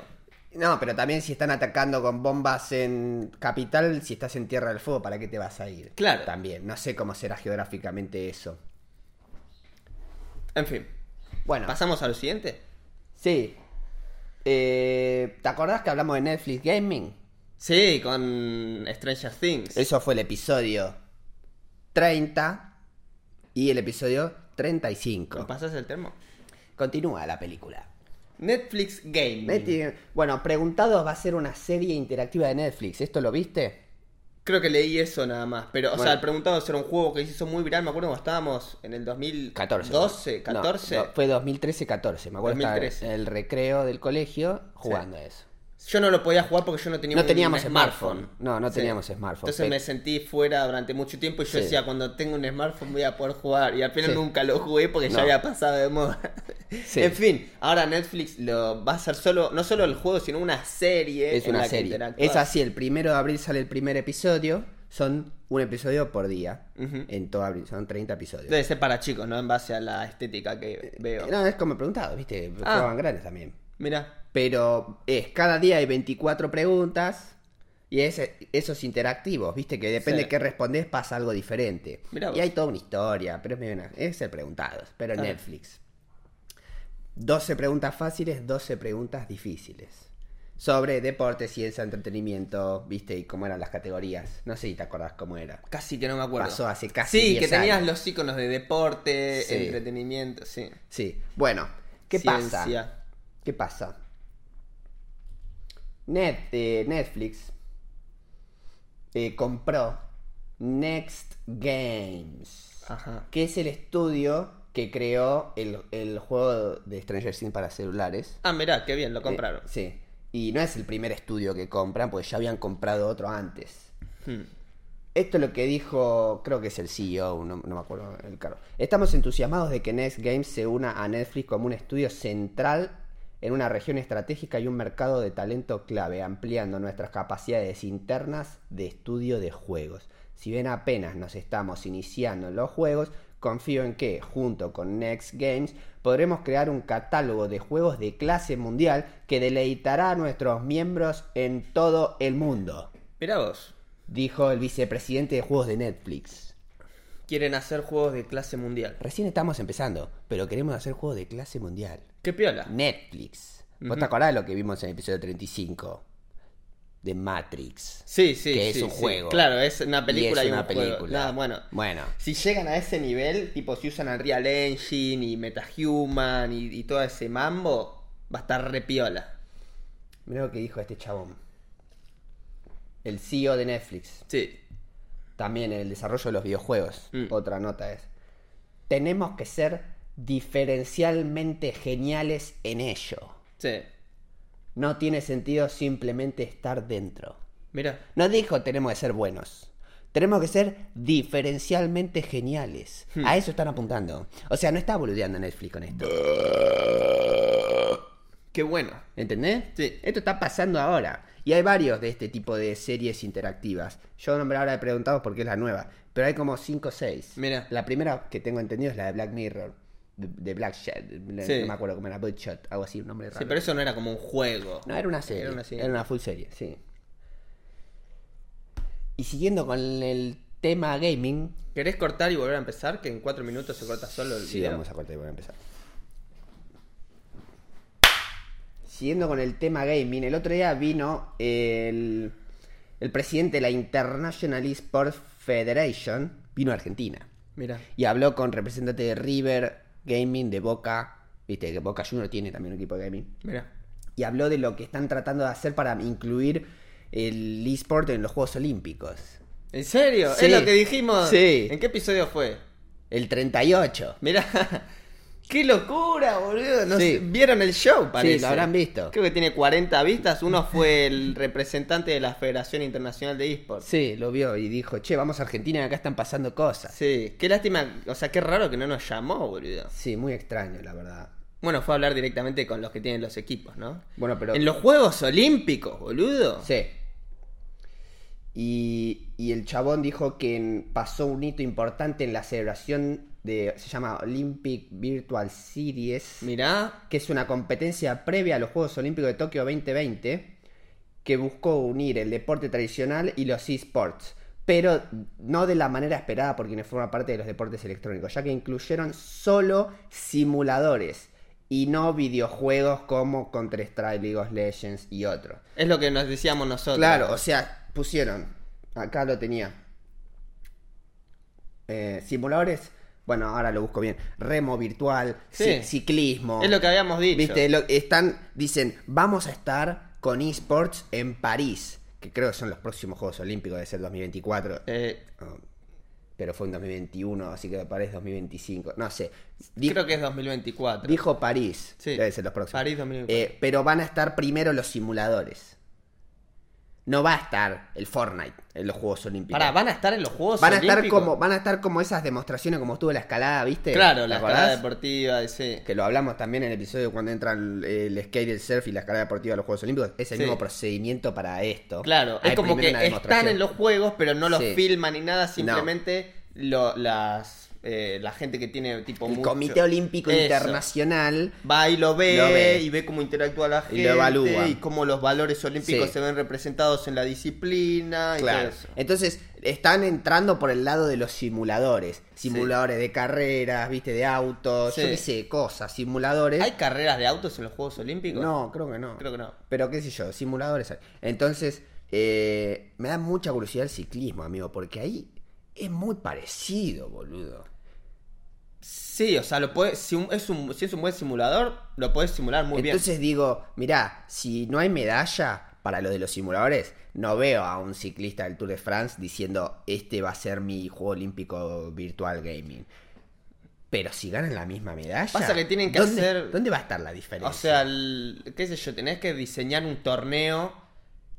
[SPEAKER 2] No, pero también si están atacando con bombas en capital, si estás en Tierra del Fuego, ¿para qué te vas a ir?
[SPEAKER 1] Claro.
[SPEAKER 2] También, no sé cómo será geográficamente eso.
[SPEAKER 1] En fin.
[SPEAKER 2] Bueno,
[SPEAKER 1] ¿Pasamos a lo siguiente?
[SPEAKER 2] sí. Eh, ¿Te acordás que hablamos de Netflix Gaming?
[SPEAKER 1] Sí, con Stranger Things.
[SPEAKER 2] Eso fue el episodio 30 y el episodio 35.
[SPEAKER 1] ¿Me pasas el termo?
[SPEAKER 2] Continúa la película.
[SPEAKER 1] Netflix Gaming.
[SPEAKER 2] Netflix- Bueno, Preguntados va a ser una serie interactiva de Netflix. ¿Esto lo viste?
[SPEAKER 1] Creo que leí eso nada más. Pero, o
[SPEAKER 2] Bueno.
[SPEAKER 1] sea, el preguntado era un juego que se hizo muy viral. Me acuerdo cuando estábamos en el 2014. 12, 14.
[SPEAKER 2] No, no, fue 2013-14. Me acuerdo que estaba
[SPEAKER 1] 2013.
[SPEAKER 2] en el recreo del colegio jugando a eso.
[SPEAKER 1] Yo no lo podía jugar porque yo no tenía
[SPEAKER 2] No
[SPEAKER 1] un
[SPEAKER 2] teníamos smartphone. No, no
[SPEAKER 1] Sí.
[SPEAKER 2] teníamos smartphone.
[SPEAKER 1] Entonces
[SPEAKER 2] Pe-
[SPEAKER 1] me sentí fuera durante mucho tiempo y yo
[SPEAKER 2] Sí.
[SPEAKER 1] decía, cuando tengo un smartphone voy a poder jugar. Y al final
[SPEAKER 2] Sí.
[SPEAKER 1] nunca lo jugué porque
[SPEAKER 2] No.
[SPEAKER 1] ya había pasado de moda.
[SPEAKER 2] Sí.
[SPEAKER 1] En fin, ahora Netflix lo va a hacer solo, no solo el juego, sino una serie.
[SPEAKER 2] Es
[SPEAKER 1] Eh, en la
[SPEAKER 2] una
[SPEAKER 1] que
[SPEAKER 2] serie.
[SPEAKER 1] interactúas.
[SPEAKER 2] Es así, el primero de abril sale el primer episodio. Son un episodio por día.
[SPEAKER 1] Ujú.
[SPEAKER 2] En todo abril. Son 30 episodios.
[SPEAKER 1] Debe ser para chicos, ¿no? En base a la estética que veo.
[SPEAKER 2] No, es como preguntado, viste.
[SPEAKER 1] Ah.
[SPEAKER 2] Jugaban grandes también.
[SPEAKER 1] Mira,
[SPEAKER 2] Pero es cada día hay 24 preguntas. Y es, esos interactivos, viste, que depende
[SPEAKER 1] Sí.
[SPEAKER 2] de qué respondés pasa algo diferente.
[SPEAKER 1] Mirá vos.
[SPEAKER 2] y hay toda una historia, pero es medio una- es el preguntados, pero
[SPEAKER 1] Claro.
[SPEAKER 2] Netflix. 12 preguntas fáciles, 12 preguntas difíciles. Sobre deporte, ciencia, entretenimiento, viste, y cómo eran las categorías. No sé si te acordás cómo era.
[SPEAKER 1] casi que no me acuerdo.
[SPEAKER 2] Pasó hace casi
[SPEAKER 1] Sí,
[SPEAKER 2] 10
[SPEAKER 1] que tenías
[SPEAKER 2] años.
[SPEAKER 1] los iconos de deporte,
[SPEAKER 2] Sí.
[SPEAKER 1] entretenimiento, sí.
[SPEAKER 2] Sí, bueno, ¿qué pasa?
[SPEAKER 1] Ciencia.
[SPEAKER 2] ¿Qué pasa? Net- eh, Netflix eh, compró Next Games,
[SPEAKER 1] Ajá.
[SPEAKER 2] que es el estudio que creó el, el juego de Stranger Things para celulares.
[SPEAKER 1] Ah, mirá, qué bien, lo compraron.
[SPEAKER 2] Eh, sí. Y no es el primer estudio que compran, pues ya habían comprado otro antes.
[SPEAKER 1] Hmm.
[SPEAKER 2] Esto es lo que dijo, creo que es el CEO, no, no me acuerdo el cargo. Estamos entusiasmados de que Next Games se una a Netflix como un estudio central en una región estratégica y un mercado de talento clave, ampliando nuestras capacidades internas de estudio de juegos. Si bien apenas nos estamos iniciando en los juegos, confío en que, junto con Next Games, podremos crear un catálogo de juegos de clase mundial que deleitará a nuestros miembros en todo el mundo
[SPEAKER 1] Mirá vos,
[SPEAKER 2] dijo el vicepresidente de juegos de Netflix.
[SPEAKER 1] quieren hacer juegos de clase mundial.
[SPEAKER 2] Recién estamos empezando, pero queremos hacer juegos de clase mundial.
[SPEAKER 1] Qué piola.
[SPEAKER 2] Netflix. ¿Vos
[SPEAKER 1] Ujú.
[SPEAKER 2] te acordás de lo que vimos en el episodio 35? De Matrix.
[SPEAKER 1] Sí, sí,
[SPEAKER 2] Que es
[SPEAKER 1] sí,
[SPEAKER 2] un
[SPEAKER 1] sí.
[SPEAKER 2] juego.
[SPEAKER 1] Claro, es una película y,
[SPEAKER 2] es una
[SPEAKER 1] un juego.
[SPEAKER 2] película.
[SPEAKER 1] Nada, bueno.
[SPEAKER 2] Bueno,
[SPEAKER 1] Si llegan a ese nivel, tipo si usan Unreal Engine y MetaHuman y, y todo ese mambo, va a estar re piola.
[SPEAKER 2] mirá lo que dijo este chabón. El CEO de Netflix.
[SPEAKER 1] Sí.
[SPEAKER 2] También en el desarrollo de los videojuegos.
[SPEAKER 1] Mm.
[SPEAKER 2] Otra nota es. Tenemos que ser diferencialmente geniales en ello.
[SPEAKER 1] Sí.
[SPEAKER 2] No tiene sentido simplemente estar dentro.
[SPEAKER 1] Mira.
[SPEAKER 2] No dijo tenemos que ser buenos. Tenemos que ser diferencialmente geniales.
[SPEAKER 1] Hmm.
[SPEAKER 2] A eso están apuntando. O sea, no está boludeando Netflix con esto.
[SPEAKER 1] Qué bueno.
[SPEAKER 2] ¿Entendés?
[SPEAKER 1] Sí.
[SPEAKER 2] Esto está pasando ahora. Y hay varios de este tipo de series interactivas. Yo nombré ahora de Preguntados porque es la nueva. Pero hay como 5 o 6.
[SPEAKER 1] Mira.
[SPEAKER 2] La primera que tengo entendido es la de Black Mirror. De, de Black Shot. No,
[SPEAKER 1] Sí.
[SPEAKER 2] no me acuerdo cómo era. Bloodshot. Algo así, un nombre raro.
[SPEAKER 1] Sí, pero eso no era como un juego.
[SPEAKER 2] No, era una serie.
[SPEAKER 1] Era una serie.
[SPEAKER 2] full serie, sí. Y siguiendo con el tema gaming.
[SPEAKER 1] ¿Querés cortar y volver a empezar? Que en cuatro minutos se corta solo el
[SPEAKER 2] Sí,
[SPEAKER 1] video.
[SPEAKER 2] vamos a cortar y voy a empezar. Siguiendo con el tema gaming, el otro día vino el, el presidente de la International Esports Federation, vino a Argentina,
[SPEAKER 1] Mira.
[SPEAKER 2] y habló con representantes de River Gaming, de Boca, viste que Boca Junior tiene también un equipo de gaming,
[SPEAKER 1] Mira.
[SPEAKER 2] y habló de lo que están tratando de hacer para incluir el esport en los Juegos Olímpicos.
[SPEAKER 1] ¿En serio?
[SPEAKER 2] Sí.
[SPEAKER 1] ¿Es lo que dijimos?
[SPEAKER 2] Sí.
[SPEAKER 1] ¿En qué episodio fue?
[SPEAKER 2] El 38.
[SPEAKER 1] Mira. ¡Qué locura, boludo! No
[SPEAKER 2] Sí.
[SPEAKER 1] sé, ¿Vieron el show, parece?
[SPEAKER 2] Sí, lo habrán visto.
[SPEAKER 1] Creo que tiene 40 vistas. Uno fue el representante de la Federación Internacional de Esports.
[SPEAKER 2] Sí, lo vio y dijo, che, vamos a Argentina, acá están pasando cosas.
[SPEAKER 1] Sí. Qué lástima. O sea, qué raro que no nos llamó, boludo.
[SPEAKER 2] Sí, muy extraño, la verdad.
[SPEAKER 1] Bueno, fue a hablar directamente con los que tienen los equipos, ¿no?
[SPEAKER 2] Bueno, pero.
[SPEAKER 1] En los Juegos Olímpicos, boludo.
[SPEAKER 2] Sí. Y, y el chabón dijo que en- pasó un hito importante en la celebración de. Se llama Olympic Virtual Series.
[SPEAKER 1] Mirá.
[SPEAKER 2] que es una competencia previa a los Juegos Olímpicos de Tokio 2020, que buscó unir el deporte tradicional y los esports, pero no de la manera esperada por quienes forman parte de los deportes electrónicos, ya que incluyeron solo simuladores y no videojuegos como Counter-Strike, League of Legends y otros.
[SPEAKER 1] Es lo que nos decíamos nosotros.
[SPEAKER 2] Claro, o sea, pusieron. Acá lo tenía. Eh, simuladores. Bueno, ahora lo busco bien. Remo virtual,
[SPEAKER 1] Sí.
[SPEAKER 2] ci- ciclismo.
[SPEAKER 1] Es lo que habíamos dicho.
[SPEAKER 2] Viste, lo- están, dicen, vamos a estar con esports en París, que creo que son los próximos Juegos Olímpicos, de ser 2024,
[SPEAKER 1] Eh,
[SPEAKER 2] pero fue en 2021, así que París 2025, no sé. Di-
[SPEAKER 1] creo que es 2024.
[SPEAKER 2] Dijo París,
[SPEAKER 1] Sí.
[SPEAKER 2] debe ser los próximos.
[SPEAKER 1] París 2024.
[SPEAKER 2] Eh, pero van a estar primero los simuladores. No va a estar el Fortnite en los Juegos Olímpicos.
[SPEAKER 1] Pará, ¿van a estar en los Juegos
[SPEAKER 2] eh, van a
[SPEAKER 1] Olímpicos?
[SPEAKER 2] estar como van a estar como esas demostraciones como estuvo la escalada, ¿viste?
[SPEAKER 1] Claro,
[SPEAKER 2] ¿Te
[SPEAKER 1] la
[SPEAKER 2] acordás?
[SPEAKER 1] escalada deportiva, sí.
[SPEAKER 2] que lo hablamos también en el episodio cuando entra el, el skate, el surf y la escalada deportiva a los Juegos Olímpicos, es el
[SPEAKER 1] Sí.
[SPEAKER 2] mismo procedimiento para esto.
[SPEAKER 1] Claro,
[SPEAKER 2] Hay
[SPEAKER 1] es como
[SPEAKER 2] primero
[SPEAKER 1] que
[SPEAKER 2] una
[SPEAKER 1] están
[SPEAKER 2] demostración.
[SPEAKER 1] en los Juegos, pero no los
[SPEAKER 2] Sí.
[SPEAKER 1] filman ni nada, simplemente lo- las, eh, la gente que tiene tipo
[SPEAKER 2] El
[SPEAKER 1] mucho-
[SPEAKER 2] Comité Olímpico
[SPEAKER 1] Eso.
[SPEAKER 2] Internacional
[SPEAKER 1] Va y lo ve,
[SPEAKER 2] Lo ve.
[SPEAKER 1] y ve cómo interactúa la gente
[SPEAKER 2] Y lo evalúa.
[SPEAKER 1] y cómo los valores olímpicos
[SPEAKER 2] Sí.
[SPEAKER 1] se ven representados en la disciplina y
[SPEAKER 2] Claro.
[SPEAKER 1] todo eso.
[SPEAKER 2] Entonces, están entrando por el lado de los simuladores. Simuladores de carreras, viste, de autos,
[SPEAKER 1] Sí.
[SPEAKER 2] yo qué sé, cosas, simuladores.
[SPEAKER 1] ¿Hay carreras de autos en los Juegos Olímpicos?
[SPEAKER 2] No, creo que no.
[SPEAKER 1] Creo que no.
[SPEAKER 2] Pero qué sé yo, simuladores hay. Entonces, eh, me da mucha curiosidad el ciclismo, amigo, porque ahí es muy parecido, boludo.
[SPEAKER 1] Sí, o sea, lo puede, si, un- es un, si es un buen simulador, lo puedes simular muy
[SPEAKER 2] Entonces digo, mirá, si no hay medalla para lo de los simuladores, no veo a un ciclista del Tour de France diciendo, este va a ser mi juego olímpico virtual gaming. Pero si ganan la misma medalla.
[SPEAKER 1] Pasa que tienen que
[SPEAKER 2] ¿dónde-
[SPEAKER 1] hacer-
[SPEAKER 2] ¿Dónde va a estar la diferencia?
[SPEAKER 1] O sea, el- qué sé yo, tenés que diseñar un torneo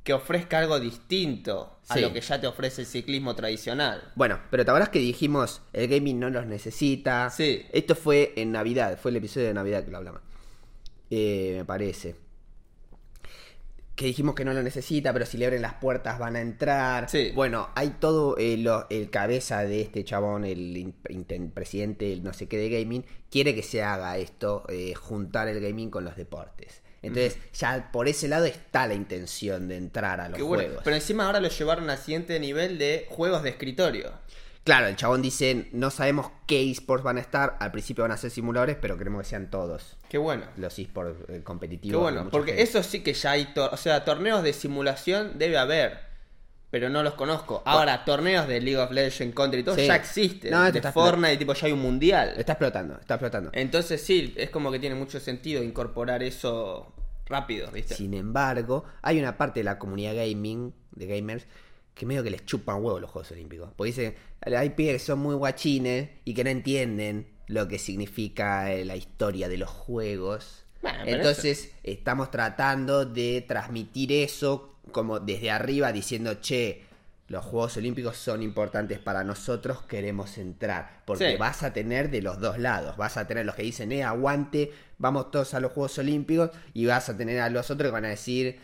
[SPEAKER 1] que ofrezca algo distinto a
[SPEAKER 2] Sí.
[SPEAKER 1] lo que ya te ofrece el ciclismo tradicional.
[SPEAKER 2] Bueno, pero te acuerdas que dijimos el gaming no los necesita.
[SPEAKER 1] Sí.
[SPEAKER 2] Esto fue en Navidad, fue el episodio de Navidad que lo hablamos. Eh, me parece. Que dijimos que no lo necesita, pero si le abren las puertas van a entrar.
[SPEAKER 1] Sí.
[SPEAKER 2] Bueno, hay todo eh, lo- el cabeza de este chabón, el in- inten- presidente, el no sé qué de gaming, quiere que se haga esto, eh, juntar el gaming con los deportes. Entonces, ya por ese lado está la intención de entrar a los
[SPEAKER 1] Qué bueno.
[SPEAKER 2] juegos.
[SPEAKER 1] Pero encima ahora lo llevaron al siguiente nivel de juegos de escritorio.
[SPEAKER 2] Claro, el chabón dice, no sabemos qué esports van a estar, al principio van a ser simuladores, pero queremos que sean todos
[SPEAKER 1] Qué bueno.
[SPEAKER 2] los esports eh, competitivos.
[SPEAKER 1] Qué
[SPEAKER 2] con
[SPEAKER 1] bueno,
[SPEAKER 2] mucha
[SPEAKER 1] porque
[SPEAKER 2] gente.
[SPEAKER 1] eso sí que ya hay, tor- o sea, torneos de simulación debe haber, pero no los conozco. Ahora, torneos de League of Legends, Contra y todo
[SPEAKER 2] Sí.
[SPEAKER 1] ya existen.
[SPEAKER 2] No, esto
[SPEAKER 1] de
[SPEAKER 2] está-
[SPEAKER 1] Fortnite, tipo, ya hay un mundial.
[SPEAKER 2] Está explotando, está explotando.
[SPEAKER 1] Entonces sí, es como que tiene mucho sentido incorporar eso rápido, ¿viste?
[SPEAKER 2] Sin embargo, hay una parte de la comunidad gaming, de gamers, que medio que les chupan huevo los Juegos Olímpicos. Porque dicen, hay pibes que son muy guachines y que no entienden lo que significa eh, la historia de los juegos.
[SPEAKER 1] Bueno, pero
[SPEAKER 2] Entonces, estamos tratando de transmitir eso como desde arriba, diciendo, che, los Juegos Olímpicos son importantes para nosotros, queremos entrar. Porque
[SPEAKER 1] Sí.
[SPEAKER 2] va vas a tener de los dos lados. Vas a tener los que dicen, eh, aguante, vamos todos a los Juegos Olímpicos. Y vas a tener a los otros que van a decir,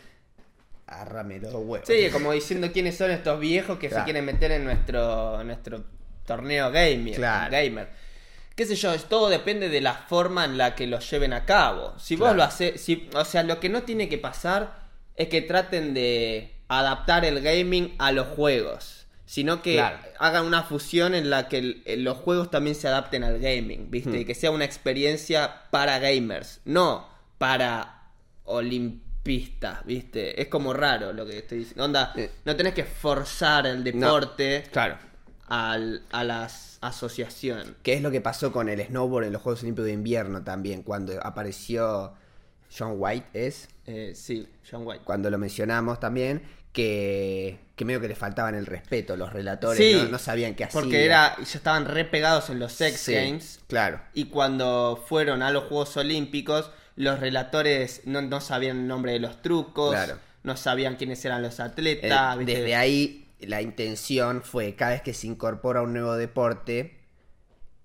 [SPEAKER 2] arrame los huevos.
[SPEAKER 1] Sí, como diciendo quiénes son estos viejos que
[SPEAKER 2] Claro.
[SPEAKER 1] se quieren meter en nuestro, nuestro torneo gamer,
[SPEAKER 2] Claro.
[SPEAKER 1] gamer. Qué sé yo, es- todo depende de la forma en la que lo lleven a cabo. Si vos
[SPEAKER 2] Claro.
[SPEAKER 1] lo haces, si, o sea, lo que no tiene que pasar es que traten de adaptar el gaming a los juegos, sino que
[SPEAKER 2] Claro.
[SPEAKER 1] hagan una fusión en la que el- el- los juegos también se adapten al gaming, ¿viste?
[SPEAKER 2] Hmm.
[SPEAKER 1] Y que sea una experiencia para gamers, no para olimpistas, ¿viste? Es como raro lo que estoy diciendo. Onda,
[SPEAKER 2] Eh.
[SPEAKER 1] no tenés que forzar el deporte
[SPEAKER 2] Claro.
[SPEAKER 1] al- a la asociación.
[SPEAKER 2] Que es lo que pasó con el snowboard en los Juegos Olímpicos de invierno también, cuando apareció John White, es.
[SPEAKER 1] Eh, sí, John White.
[SPEAKER 2] Cuando lo mencionamos también, que, que medio que le faltaban el respeto, los relatores
[SPEAKER 1] Sí,
[SPEAKER 2] no, no sabían qué hacían.
[SPEAKER 1] Porque era, ya estaban re pegados en los sex
[SPEAKER 2] Sí,
[SPEAKER 1] games
[SPEAKER 2] Claro.
[SPEAKER 1] y cuando fueron a los Juegos Olímpicos los relatores no, no sabían el nombre de los trucos,
[SPEAKER 2] Claro.
[SPEAKER 1] no sabían quiénes eran los
[SPEAKER 2] Eh,
[SPEAKER 1] atletas. ¿viste?
[SPEAKER 2] desde ahí la intención fue cada vez que se incorpora un nuevo deporte,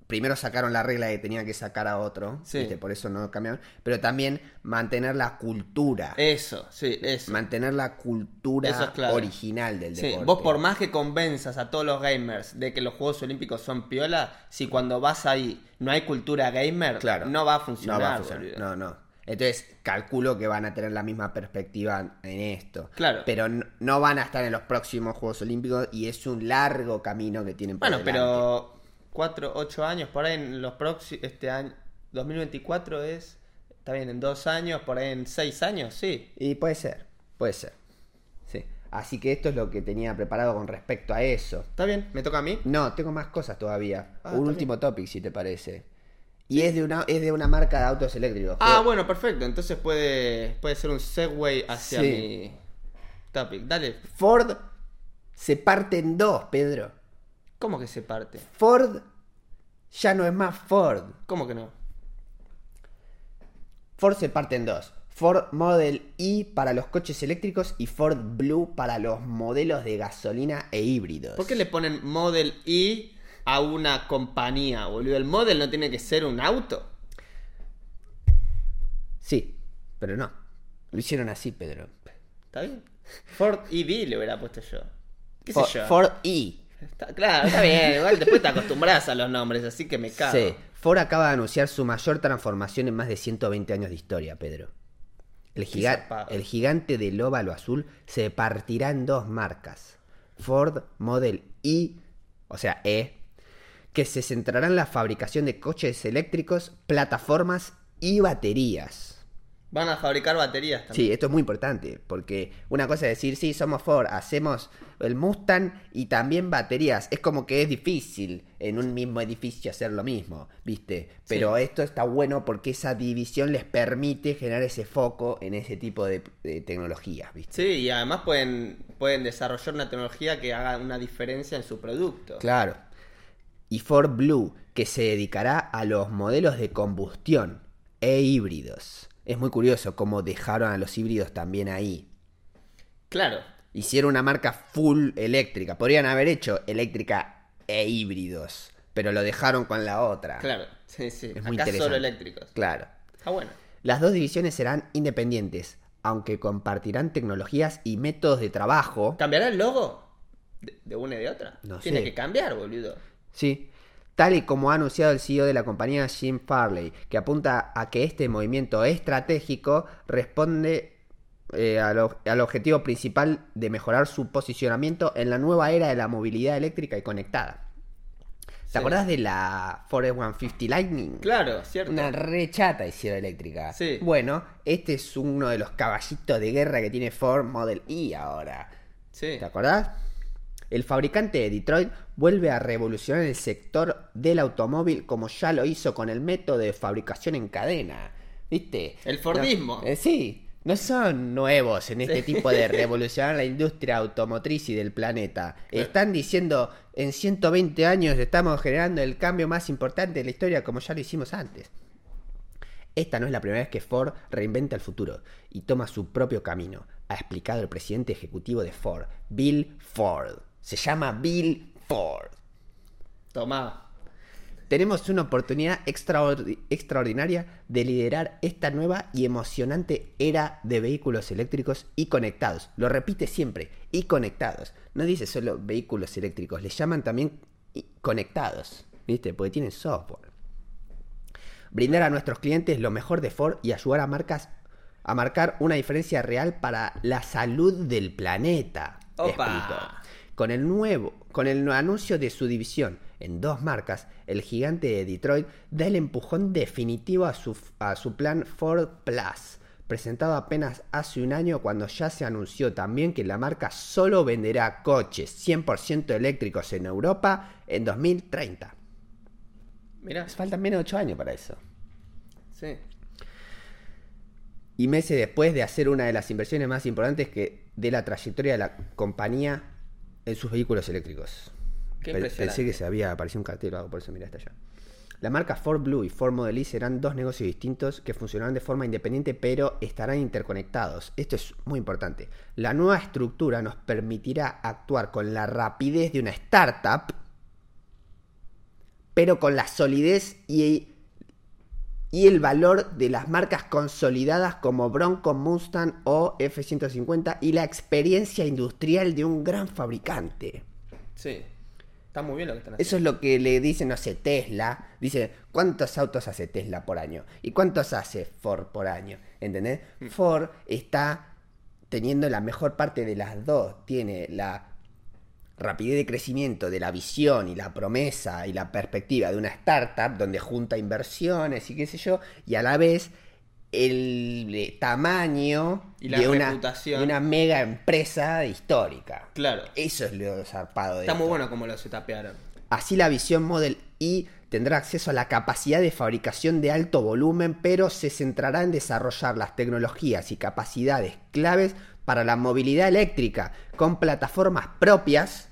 [SPEAKER 2] primero sacaron la regla que tenían que sacar a otro,
[SPEAKER 1] Sí.
[SPEAKER 2] ¿viste? por eso no cambiaron, pero también mantener la cultura,
[SPEAKER 1] Eso, sí, eso.
[SPEAKER 2] mantener la cultura
[SPEAKER 1] Eso es clave.
[SPEAKER 2] original del
[SPEAKER 1] Sí,
[SPEAKER 2] deporte.
[SPEAKER 1] vos por más que convenzas a todos los gamers de que los Juegos Olímpicos son piola, si cuando vas ahí no hay cultura gamer,
[SPEAKER 2] Claro.
[SPEAKER 1] no va a
[SPEAKER 2] no
[SPEAKER 1] funcionar.
[SPEAKER 2] va a funcionar,
[SPEAKER 1] boludo.
[SPEAKER 2] no, no. Entonces calculo que van a tener la misma perspectiva en esto.
[SPEAKER 1] Claro.
[SPEAKER 2] Pero no, no van a estar en los próximos Juegos Olímpicos y es un largo camino que tienen por
[SPEAKER 1] Bueno,
[SPEAKER 2] delante.
[SPEAKER 1] pero 4, 8 años, por ahí en los próximos, este año, 2024 es, está bien, en 2 años, por ahí en 6 años, sí.
[SPEAKER 2] Y puede ser, puede ser. Sí. Así que esto es lo que tenía preparado con respecto a eso.
[SPEAKER 1] Está bien, me toca a mí.
[SPEAKER 2] No, tengo más cosas todavía.
[SPEAKER 1] Ah,
[SPEAKER 2] Un
[SPEAKER 1] está
[SPEAKER 2] último topic, si te parece. Y es de una, es de una marca de autos eléctricos.
[SPEAKER 1] Ah,
[SPEAKER 2] que-
[SPEAKER 1] bueno, perfecto, entonces puede, puede ser un segue hacia
[SPEAKER 2] Sí.
[SPEAKER 1] mi topic. Dale,
[SPEAKER 2] Ford se parte en dos, Pedro.
[SPEAKER 1] ¿cómo que se parte?
[SPEAKER 2] Ford ya no es más Ford.
[SPEAKER 1] ¿Cómo que no?
[SPEAKER 2] Ford se parte en dos. Ford Model E para los coches eléctricos y Ford Blue para los modelos de gasolina e híbridos.
[SPEAKER 1] ¿Por qué le ponen Model I a una compañía, boludo? El Model no tiene que ser un auto.
[SPEAKER 2] Sí, pero no. Lo hicieron así, Pedro.
[SPEAKER 1] ¿Está bien? Ford EV le hubiera puesto yo. ¿Qué
[SPEAKER 2] Fo-
[SPEAKER 1] sé yo?
[SPEAKER 2] Ford E.
[SPEAKER 1] Está- claro, está bien. Igual después te acostumbras a los nombres, así que me cago.
[SPEAKER 2] Sí. Ford acaba de anunciar su mayor transformación en más de 120 años de historia, Pedro. El,
[SPEAKER 1] Qué
[SPEAKER 2] giga-
[SPEAKER 1] zarpado.
[SPEAKER 2] el gigante del óvalo azul se partirá en dos marcas. Ford Model E, o sea, E, que se centrará en la fabricación de coches eléctricos, plataformas y baterías.
[SPEAKER 1] Van a fabricar baterías también.
[SPEAKER 2] Sí, esto es muy importante, porque una cosa es decir, sí, somos Ford, hacemos el Mustang y también baterías. Es como que es difícil en un mismo edificio hacer lo mismo, ¿viste? Pero esto está bueno porque esa división les permite generar ese foco en ese tipo de, de tecnologías, ¿viste?
[SPEAKER 1] Sí, y además pueden, pueden desarrollar una tecnología que haga una diferencia en su producto.
[SPEAKER 2] Claro. y Ford Blue, que se dedicará a los modelos de combustión e híbridos. Es muy curioso cómo dejaron a los híbridos también ahí.
[SPEAKER 1] Claro.
[SPEAKER 2] Hicieron una marca full eléctrica. Podrían haber hecho eléctrica e híbridos, pero lo dejaron con la otra.
[SPEAKER 1] Claro. Sí, sí.
[SPEAKER 2] Es muy
[SPEAKER 1] Acá solo
[SPEAKER 2] interesante.
[SPEAKER 1] eléctricos.
[SPEAKER 2] Claro.
[SPEAKER 1] Está bueno.
[SPEAKER 2] Las dos divisiones serán independientes, aunque compartirán tecnologías y métodos de trabajo.
[SPEAKER 1] ¿Cambiará el logo? De, de una y de otra.
[SPEAKER 2] No
[SPEAKER 1] Tiene
[SPEAKER 2] sé.
[SPEAKER 1] que cambiar, boludo.
[SPEAKER 2] Sí. Tal y como ha anunciado el CEO de la compañía Jim Farley, que apunta a que este movimiento estratégico responde eh, al, o- al objetivo principal de mejorar su posicionamiento en la nueva era de la movilidad eléctrica y conectada.
[SPEAKER 1] Sí.
[SPEAKER 2] ¿Te acordás de la Forest 150 Lightning?
[SPEAKER 1] Claro, cierto.
[SPEAKER 2] Una rechata hicieron eléctrica.
[SPEAKER 1] Sí.
[SPEAKER 2] Bueno, este es uno de los caballitos de guerra que tiene Ford Model E ahora.
[SPEAKER 1] Sí.
[SPEAKER 2] ¿Te acordás? El fabricante de Detroit vuelve a revolucionar el sector del automóvil como ya lo hizo con el método de fabricación en cadena. ¿Viste?
[SPEAKER 1] El Fordismo.
[SPEAKER 2] No- eh, sí, no son nuevos en este tipo de revolucionar la industria automotriz y del planeta. Están diciendo, en 120 años estamos generando el cambio más importante de la historia como ya lo hicimos antes. Esta no es la primera vez que Ford reinventa el futuro y toma su propio camino, ha explicado el presidente ejecutivo de Ford, Bill Ford. Se llama Bill Ford.
[SPEAKER 1] Tomá.
[SPEAKER 2] Tenemos una oportunidad extraordi- extraordinaria de liderar esta nueva y emocionante era de vehículos eléctricos y conectados. Lo repite siempre, y conectados. No dice solo vehículos eléctricos, le llaman también y- conectados, ¿viste? Porque tienen software. Brindar a nuestros clientes lo mejor de Ford y ayudar a marcas a marcar una diferencia real para la salud del planeta.
[SPEAKER 1] Opa.
[SPEAKER 2] explicó. Con el nuevo, con el anuncio de su división en dos marcas, el gigante de Detroit da el empujón definitivo a su, a su plan Ford Plus, presentado apenas hace un año cuando ya se anunció también que la marca solo venderá coches 100% eléctricos en Europa en 2030.
[SPEAKER 1] Mirá.
[SPEAKER 2] Hace faltan menos de 8 años para eso.
[SPEAKER 1] Sí.
[SPEAKER 2] y meses después de hacer una de las inversiones más importantes que de la trayectoria de la compañía en sus vehículos eléctricos.
[SPEAKER 1] Qué
[SPEAKER 2] Pe-
[SPEAKER 1] impresionante.
[SPEAKER 2] Pensé que se había aparecido un cartel o algo, por eso mirá hasta allá. La marca Ford Blue y Ford Model E serán dos negocios distintos que funcionarán de forma independiente pero estarán interconectados. Esto es muy importante. La nueva estructura nos permitirá actuar con la rapidez de una startup, pero con la solidez y y el valor de las marcas consolidadas como Bronco, Mustang o F-150 y la experiencia industrial de un gran fabricante.
[SPEAKER 1] Sí. Está muy bien lo que están haciendo.
[SPEAKER 2] Eso es lo que le dice, no sé, Tesla. Dice, ¿cuántos autos hace Tesla por año? ¿Y cuántos hace Ford por año? ¿Entendés?
[SPEAKER 1] Mm.
[SPEAKER 2] Ford está teniendo la mejor parte de las dos. Tiene la rapidez de crecimiento de la visión y la promesa y la perspectiva de una startup donde junta inversiones y qué sé yo, y a la vez el eh, tamaño
[SPEAKER 1] Y la
[SPEAKER 2] de, una,
[SPEAKER 1] reputación.
[SPEAKER 2] de una mega empresa histórica.
[SPEAKER 1] Claro.
[SPEAKER 2] Eso es lo zarpado de
[SPEAKER 1] Está muy
[SPEAKER 2] esto.
[SPEAKER 1] bueno como lo se tapearon.
[SPEAKER 2] Así la visión Model I tendrá acceso a la capacidad de fabricación de alto volumen, pero se centrará en desarrollar las tecnologías y capacidades claves para la movilidad eléctrica, con plataformas propias,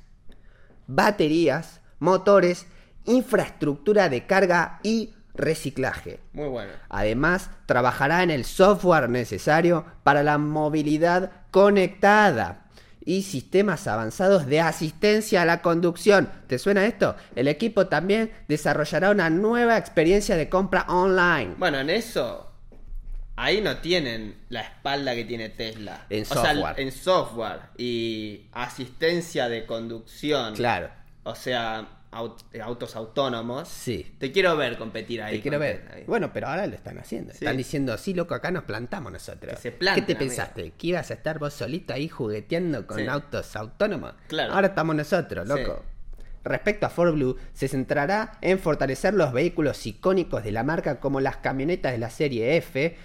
[SPEAKER 2] baterías, motores, infraestructura de carga y reciclaje.
[SPEAKER 1] Muy bueno.
[SPEAKER 2] Además, trabajará en el software necesario para la movilidad conectada y sistemas avanzados de asistencia a la conducción. ¿Te suena esto? El equipo también desarrollará una nueva experiencia de compra online.
[SPEAKER 1] Bueno, en eso. Ahí no tienen la espalda que tiene Tesla.
[SPEAKER 2] En
[SPEAKER 1] o sea,
[SPEAKER 2] software.
[SPEAKER 1] en software. Y asistencia de conducción.
[SPEAKER 2] Claro.
[SPEAKER 1] O sea, aut- autos autónomos.
[SPEAKER 2] Sí.
[SPEAKER 1] Te quiero ver competir ahí.
[SPEAKER 2] Te quiero
[SPEAKER 1] con
[SPEAKER 2] ver.
[SPEAKER 1] Tesla, ahí.
[SPEAKER 2] Bueno, pero ahora lo están haciendo.
[SPEAKER 1] Sí.
[SPEAKER 2] Están diciendo, sí, loco, acá nos plantamos nosotros.
[SPEAKER 1] Que se plantan,
[SPEAKER 2] ¿Qué te
[SPEAKER 1] amigo.
[SPEAKER 2] pensaste? ¿Que ibas a estar vos solito ahí jugueteando con
[SPEAKER 1] Sí.
[SPEAKER 2] autos autónomos?
[SPEAKER 1] Claro.
[SPEAKER 2] Ahora estamos nosotros,
[SPEAKER 1] Sí.
[SPEAKER 2] loco. Respecto a Ford Blue, se centrará en fortalecer los vehículos icónicos de la marca como las camionetas de la serie F,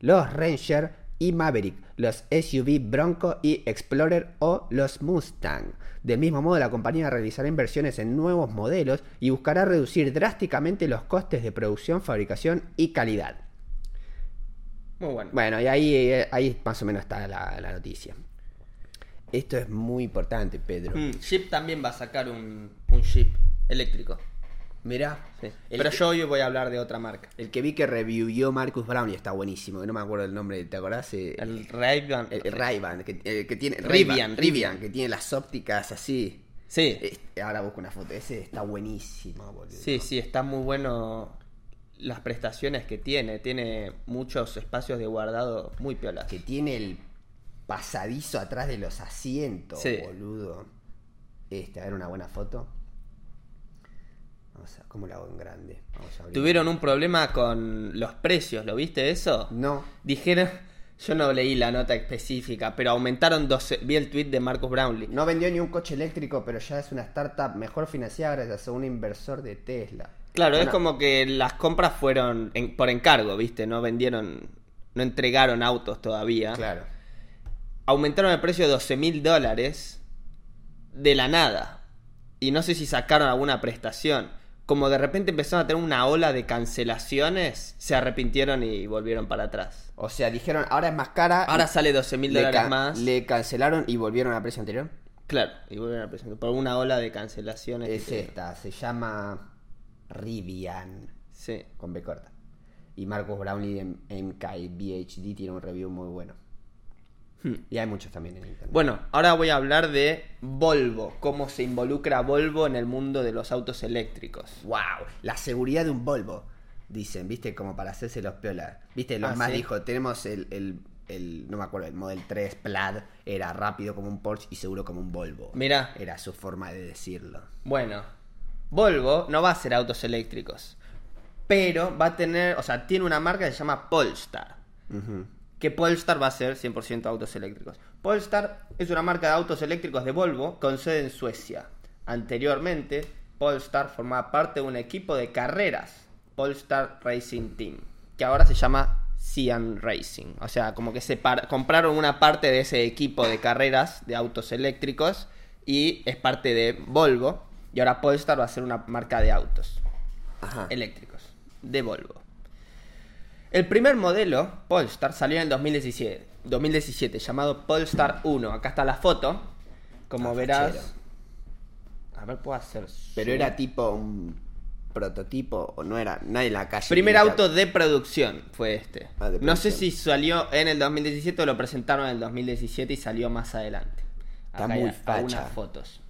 [SPEAKER 2] los Ranger y Maverick, los SUV Bronco y Explorer o los Mustang. Del mismo modo, la compañía realizará inversiones en nuevos modelos y buscará reducir drásticamente los costes de producción, fabricación y calidad.
[SPEAKER 1] Muy bueno.
[SPEAKER 2] Bueno, y ahí, eh, ahí más o menos está la, la noticia. Esto es muy importante, Pedro.
[SPEAKER 1] Mm, Jeep también va a sacar un, un Jeep eléctrico.
[SPEAKER 2] Mirá.
[SPEAKER 1] Sí.
[SPEAKER 2] El
[SPEAKER 1] Pero
[SPEAKER 2] que-
[SPEAKER 1] yo hoy voy a hablar de otra marca.
[SPEAKER 2] El que vi que revivió Marcus Brown y está buenísimo, que no me acuerdo el nombre, ¿te acordás? Eh, El,
[SPEAKER 1] El Ray-Ban.
[SPEAKER 2] el Ray-Ban, que, el que tiene...
[SPEAKER 1] Rivian,
[SPEAKER 2] Rivian, que tiene las ópticas así.
[SPEAKER 1] Sí,
[SPEAKER 2] Eh, ahora busco una foto, ese está buenísimo, boludo.
[SPEAKER 1] sí, sí, está muy bueno las prestaciones que tiene. Tiene muchos espacios de guardado muy piolas.
[SPEAKER 2] Que tiene el pasadizo atrás de los asientos,
[SPEAKER 1] Sí.
[SPEAKER 2] boludo. Esta, a ver una buena foto. Vamos a, ¿cómo la hago en grande? Vamos a abrir.
[SPEAKER 1] Tuvieron un problema con los precios, ¿lo viste eso?
[SPEAKER 2] No,
[SPEAKER 1] Dijeron, yo no leí la nota específica, pero aumentaron 12. Vi el tweet de Marcus Brownlee.
[SPEAKER 2] no vendió ni un coche eléctrico, pero ya es una startup mejor financiada gracias a un inversor de Tesla.
[SPEAKER 1] Claro, es
[SPEAKER 2] Una-
[SPEAKER 1] como que las compras fueron en- por encargo, ¿viste? No vendieron, no entregaron autos todavía.
[SPEAKER 2] Claro.
[SPEAKER 1] Aumentaron el precio de 12 mil dólares de la nada. Y no sé si sacaron alguna prestación. Como de repente empezaron a tener una ola de cancelaciones, se arrepintieron y volvieron para atrás.
[SPEAKER 2] O sea, dijeron, ahora es más cara.
[SPEAKER 1] Ahora sale 12 mil
[SPEAKER 2] Ah, le
[SPEAKER 1] dólares
[SPEAKER 2] ca-
[SPEAKER 1] más.
[SPEAKER 2] Le cancelaron y volvieron al precio anterior.
[SPEAKER 1] Claro, y volvieron a presentar por una ola de cancelaciones. que
[SPEAKER 2] Es
[SPEAKER 1] tuvieron.
[SPEAKER 2] esta, se llama Rivian,
[SPEAKER 1] Sí.
[SPEAKER 2] con B corta. Y Marcus Brownlee en MKBHD tiene un review muy bueno. Y hay muchos también en internet.
[SPEAKER 1] Hmm. Bueno, ahora voy a hablar de Volvo, cómo se involucra Volvo en el mundo de los autos eléctricos.
[SPEAKER 2] wow, la seguridad de un Volvo, dicen, viste, como para hacerse los piolas. Viste, los
[SPEAKER 1] Ah,
[SPEAKER 2] más
[SPEAKER 1] ¿sí?
[SPEAKER 2] dijo, tenemos el, el, el- no me acuerdo, el Model 3 Plaid, era rápido como un Porsche y seguro como un Volvo.
[SPEAKER 1] Mirá. eh,
[SPEAKER 2] Era su forma de decirlo.
[SPEAKER 1] Bueno, Volvo no va a hacer autos eléctricos, pero va a tener, o sea, tiene una marca que se llama Polestar,
[SPEAKER 2] Ujú.
[SPEAKER 1] que Polestar va a ser 100% autos eléctricos. Polestar es una marca de autos eléctricos de Volvo con sede en Suecia. Anteriormente, Polestar formaba parte de un equipo de carreras, Polestar Racing Team, que ahora se llama Cian Racing. O sea, como que se par- compraron una parte de ese equipo de carreras de autos eléctricos y es parte de Volvo. Y ahora Polestar va a ser una marca de autos
[SPEAKER 2] Ajá.
[SPEAKER 1] eléctricos de Volvo. El primer modelo, Polestar, salió en el 2017, 2017 llamado Polestar 1. Acá está la foto. Como
[SPEAKER 2] Ah,
[SPEAKER 1] verás.
[SPEAKER 2] fachero.
[SPEAKER 1] A ver, puedo hacer.
[SPEAKER 2] Pero
[SPEAKER 1] zoom.
[SPEAKER 2] era tipo un prototipo o no era nadie en la calle.
[SPEAKER 1] Primer
[SPEAKER 2] tenía que-
[SPEAKER 1] auto de producción fue este.
[SPEAKER 2] Ah, de
[SPEAKER 1] no sé
[SPEAKER 2] producción.
[SPEAKER 1] si salió en el 2017 o lo presentaron en el 2017 y salió más adelante.
[SPEAKER 2] Está
[SPEAKER 1] hay
[SPEAKER 2] muy
[SPEAKER 1] a- algunas
[SPEAKER 2] facha.
[SPEAKER 1] fotos.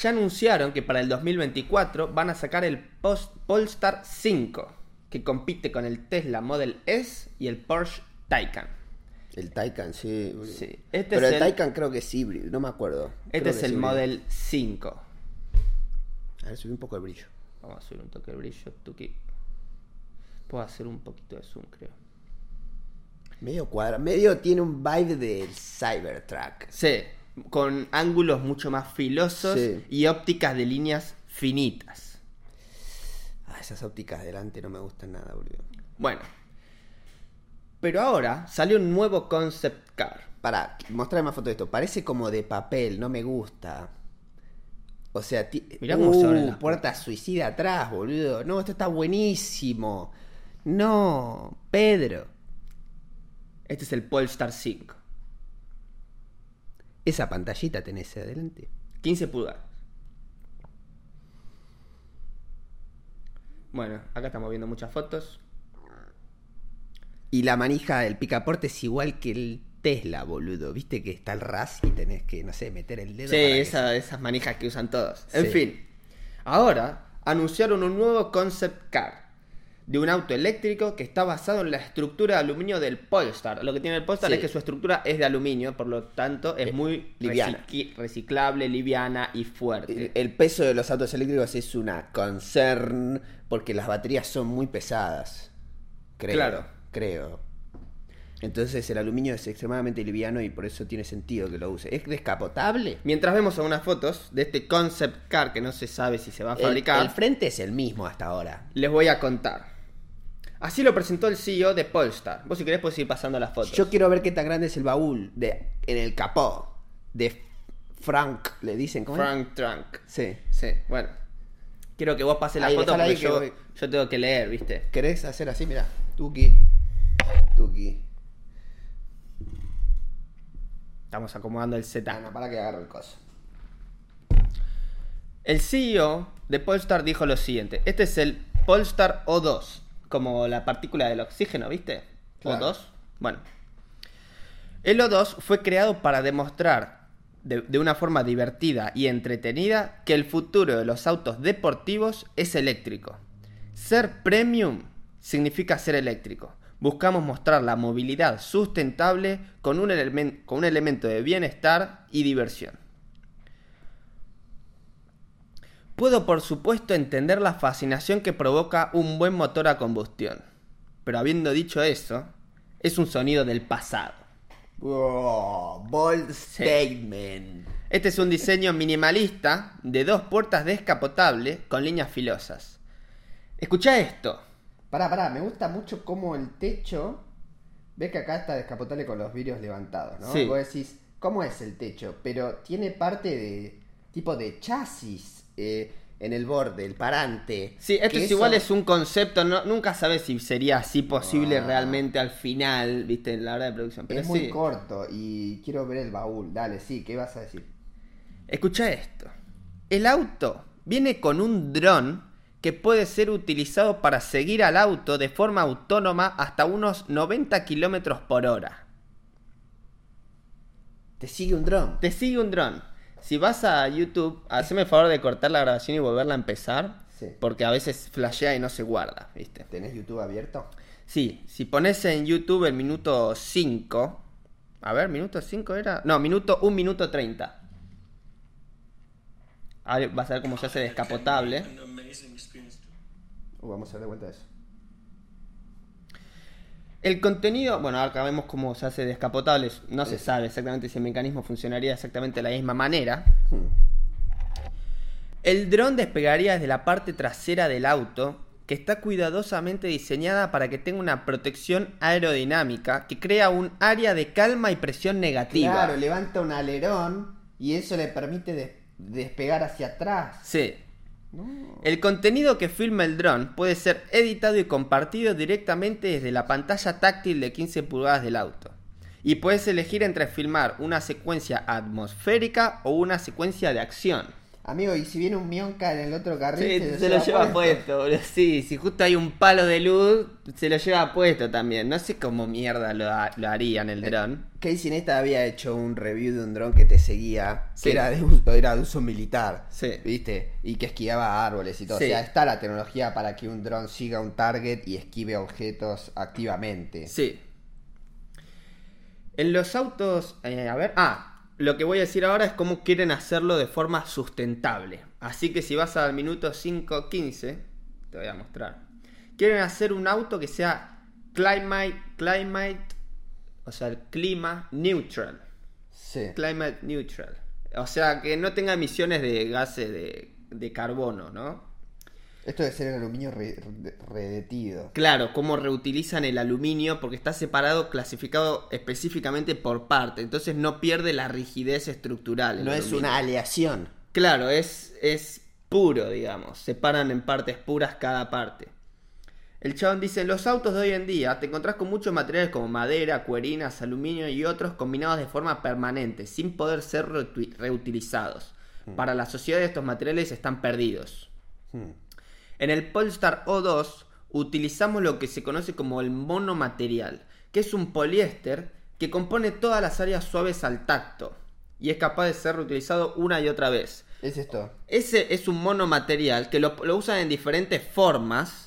[SPEAKER 1] Ya anunciaron que para el 2024 van a sacar el Post- Polestar 5, que compite con el Tesla Model S y el Porsche Taycan.
[SPEAKER 2] El Taycan, sí. boludo.
[SPEAKER 1] Sí. Este
[SPEAKER 2] Pero
[SPEAKER 1] es
[SPEAKER 2] el,
[SPEAKER 1] el-
[SPEAKER 2] Taycan creo que es híbrido, no me acuerdo.
[SPEAKER 1] Este
[SPEAKER 2] Creo
[SPEAKER 1] es
[SPEAKER 2] que
[SPEAKER 1] el
[SPEAKER 2] híbrido.
[SPEAKER 1] Model 5.
[SPEAKER 2] A ver, subí un poco el brillo.
[SPEAKER 1] Vamos a subir un toque de brillo, tuki. Puedo hacer un poquito de zoom, creo.
[SPEAKER 2] Medio cuadra, medio tiene un vibe del Cybertruck.
[SPEAKER 1] Sí, con ángulos mucho más filosos
[SPEAKER 2] Sí.
[SPEAKER 1] y ópticas de líneas finitas.
[SPEAKER 2] Ah, esas ópticas delante no me gustan nada, boludo.
[SPEAKER 1] Bueno. Pero ahora sale un nuevo concept car.
[SPEAKER 2] Pará, mostrame más foto de esto. Parece como de papel, no me gusta. O sea, ti...
[SPEAKER 1] Mirá cómo se abren las
[SPEAKER 2] uh, puerta suicida atrás, boludo. No, esto está buenísimo. No, Pedro.
[SPEAKER 1] Este es el Polestar 5.
[SPEAKER 2] Esa pantallita tenés adelante.
[SPEAKER 1] 15 pulgadas. Bueno, acá estamos viendo muchas fotos.
[SPEAKER 2] Y la manija del picaporte es igual que el Tesla, boludo. Viste que está el RAS y tenés que, no sé, meter el dedo.
[SPEAKER 1] Sí,
[SPEAKER 2] para que
[SPEAKER 1] esa- esas manijas que usan todos. En
[SPEAKER 2] Sí.
[SPEAKER 1] fin, ahora anunciaron un nuevo concept car de un auto eléctrico que está basado en la estructura de aluminio del Polestar. Lo que tiene el Polestar
[SPEAKER 2] Sí.
[SPEAKER 1] es que su estructura es de aluminio, por lo tanto es
[SPEAKER 2] Eh,
[SPEAKER 1] muy
[SPEAKER 2] liviana.
[SPEAKER 1] reciqui- reciclable, liviana y eh,
[SPEAKER 2] El,
[SPEAKER 1] fuerte.
[SPEAKER 2] el peso de los autos eléctricos es una concern porque las baterías son muy pesadas. Creo.
[SPEAKER 1] Claro.
[SPEAKER 2] Creo. Entonces el aluminio es extremadamente liviano y por eso tiene sentido que lo use. ¿Es descapotable?
[SPEAKER 1] Mientras vemos algunas fotos de este concept car que no se sabe si se va a
[SPEAKER 2] El-
[SPEAKER 1] fabricar,
[SPEAKER 2] el frente es el mismo hasta ahora.
[SPEAKER 1] les voy a contar. Así lo presentó el CEO de Polestar. Vos si querés podés ir pasando las fotos.
[SPEAKER 2] Yo quiero ver qué tan grande es el baúl de, en el capó de Frank, le dicen. ¿cómo es?
[SPEAKER 1] Frank Trunk.
[SPEAKER 2] Sí.
[SPEAKER 1] Sí, bueno. Quiero que vos pases la
[SPEAKER 2] Ahí,
[SPEAKER 1] foto
[SPEAKER 2] dejala
[SPEAKER 1] porque
[SPEAKER 2] ahí que
[SPEAKER 1] yo,
[SPEAKER 2] voy.
[SPEAKER 1] yo tengo que leer, ¿viste?
[SPEAKER 2] ¿Querés hacer así? Mira, Tuki. Tuki.
[SPEAKER 1] Estamos acomodando el
[SPEAKER 2] Ah,
[SPEAKER 1] setup.
[SPEAKER 2] no, para que agarro el coso.
[SPEAKER 1] El CEO de Polestar dijo lo siguiente: Este es el Polestar O2, como la partícula del oxígeno, ¿viste?
[SPEAKER 2] Claro.
[SPEAKER 1] O2. Bueno. El O2 fue creado para demostrar de, de una forma divertida y entretenida que el futuro de los autos deportivos es eléctrico. Ser premium significa ser eléctrico. Buscamos mostrar la movilidad sustentable con un, elemen- con un elemento de bienestar y diversión. Puedo por supuesto entender la fascinación que provoca un buen motor a combustión. Pero habiendo dicho eso, es un sonido del pasado.
[SPEAKER 2] Wow, Oh, bold statement.
[SPEAKER 1] Este es un diseño minimalista de dos puertas descapotable con líneas filosas. Escucha esto.
[SPEAKER 2] Pará, pará, me gusta mucho cómo el techo. Ves que acá está descapotable con los vidrios levantados, ¿no?
[SPEAKER 1] Sí.
[SPEAKER 2] Y vos decís, ¿cómo es el techo? Pero tiene parte de. tipo de chasis eh, en el borde, el parante.
[SPEAKER 1] Sí, esto
[SPEAKER 2] Que
[SPEAKER 1] es
[SPEAKER 2] eso-
[SPEAKER 1] igual, es un concepto, no- nunca sabes si sería así posible
[SPEAKER 2] Ah.
[SPEAKER 1] realmente al final, viste, en la hora de producción. Pero
[SPEAKER 2] Es muy
[SPEAKER 1] sí.
[SPEAKER 2] corto y quiero ver el baúl. Dale, sí, ¿qué vas a decir?
[SPEAKER 1] Escucha esto. El auto viene con un dron que puede ser utilizado para seguir al auto de forma autónoma hasta unos 90 kilómetros por hora.
[SPEAKER 2] Te sigue un dron.
[SPEAKER 1] Te sigue un dron. Si vas a YouTube, haceme el favor de cortar la grabación y volverla a empezar.
[SPEAKER 2] Sí.
[SPEAKER 1] Porque a veces flashea y no se guarda, ¿viste?
[SPEAKER 2] ¿Tenés YouTube abierto?
[SPEAKER 1] Sí, si pones en YouTube el minuto 5. A ver, minuto 5 era. No, minuto 1 minuto 30. Ahora vas a ver cómo se hace descapotable.
[SPEAKER 3] An amazing experience to
[SPEAKER 2] Uh, vamos a dar de vuelta a eso.
[SPEAKER 1] El contenido, bueno, ahora vemos cómo se hace descapotable. No se sabe exactamente si el mecanismo funcionaría exactamente de la misma manera. El dron despegaría desde la parte trasera del auto, que está cuidadosamente diseñada para que tenga una protección aerodinámica que crea un área de calma y presión negativa.
[SPEAKER 2] Claro, levanta un alerón y eso le permite des- despegar hacia atrás.
[SPEAKER 1] Sí.
[SPEAKER 2] No.
[SPEAKER 1] El contenido que filma el dron puede ser editado y compartido directamente desde la pantalla táctil de 15 pulgadas del auto. Y puedes elegir entre filmar una secuencia atmosférica o una secuencia de acción.
[SPEAKER 2] Amigo, y si viene un mionca en el otro carril,
[SPEAKER 1] boludo. Sí, si justo hay un palo de luz, se lo lleva puesto también. No sé cómo mierda lo, ha- lo harían el dron.
[SPEAKER 2] Casey Neistat había hecho un review de un dron que te seguía,
[SPEAKER 1] Sí.
[SPEAKER 2] que era de, uso, era de uso militar,
[SPEAKER 1] Sí.
[SPEAKER 2] ¿viste? Y que esquivaba árboles y todo.
[SPEAKER 1] Sí.
[SPEAKER 2] O sea, está la tecnología para que un dron siga un target y esquive objetos activamente.
[SPEAKER 1] Sí. En los autos, eh, a ver, ah, lo que voy a decir ahora es cómo quieren hacerlo de forma sustentable. Así que si vas al minuto 5.15, te voy a mostrar. Quieren hacer un auto que sea climate, climate, o sea, el clima neutral.
[SPEAKER 2] Sí.
[SPEAKER 1] Climate neutral. O sea, que no tenga emisiones de gases de, de carbono, ¿no?
[SPEAKER 2] Esto de ser en aluminio re- re- redetido.
[SPEAKER 1] Claro, cómo reutilizan el aluminio porque está separado, clasificado específicamente por parte, entonces no pierde la rigidez estructural. el
[SPEAKER 2] No es
[SPEAKER 1] aluminio.
[SPEAKER 2] una aleación.
[SPEAKER 1] Claro, es, es puro, digamos. Separan en partes puras cada parte. El chabón dice, en los autos de hoy en día te encontrás con muchos materiales como madera, cuerinas, aluminio y otros combinados de forma permanente, sin poder ser reuti- reutilizados.
[SPEAKER 2] Mm.
[SPEAKER 1] Para la sociedad estos materiales están perdidos.
[SPEAKER 2] Hmm.
[SPEAKER 1] En el Polestar O2 utilizamos lo que se conoce como el monomaterial, que es un poliéster que compone todas las áreas suaves al tacto y es capaz de ser reutilizado una y otra vez.
[SPEAKER 2] Es esto.
[SPEAKER 1] Ese es un monomaterial que lo, lo usan en diferentes formas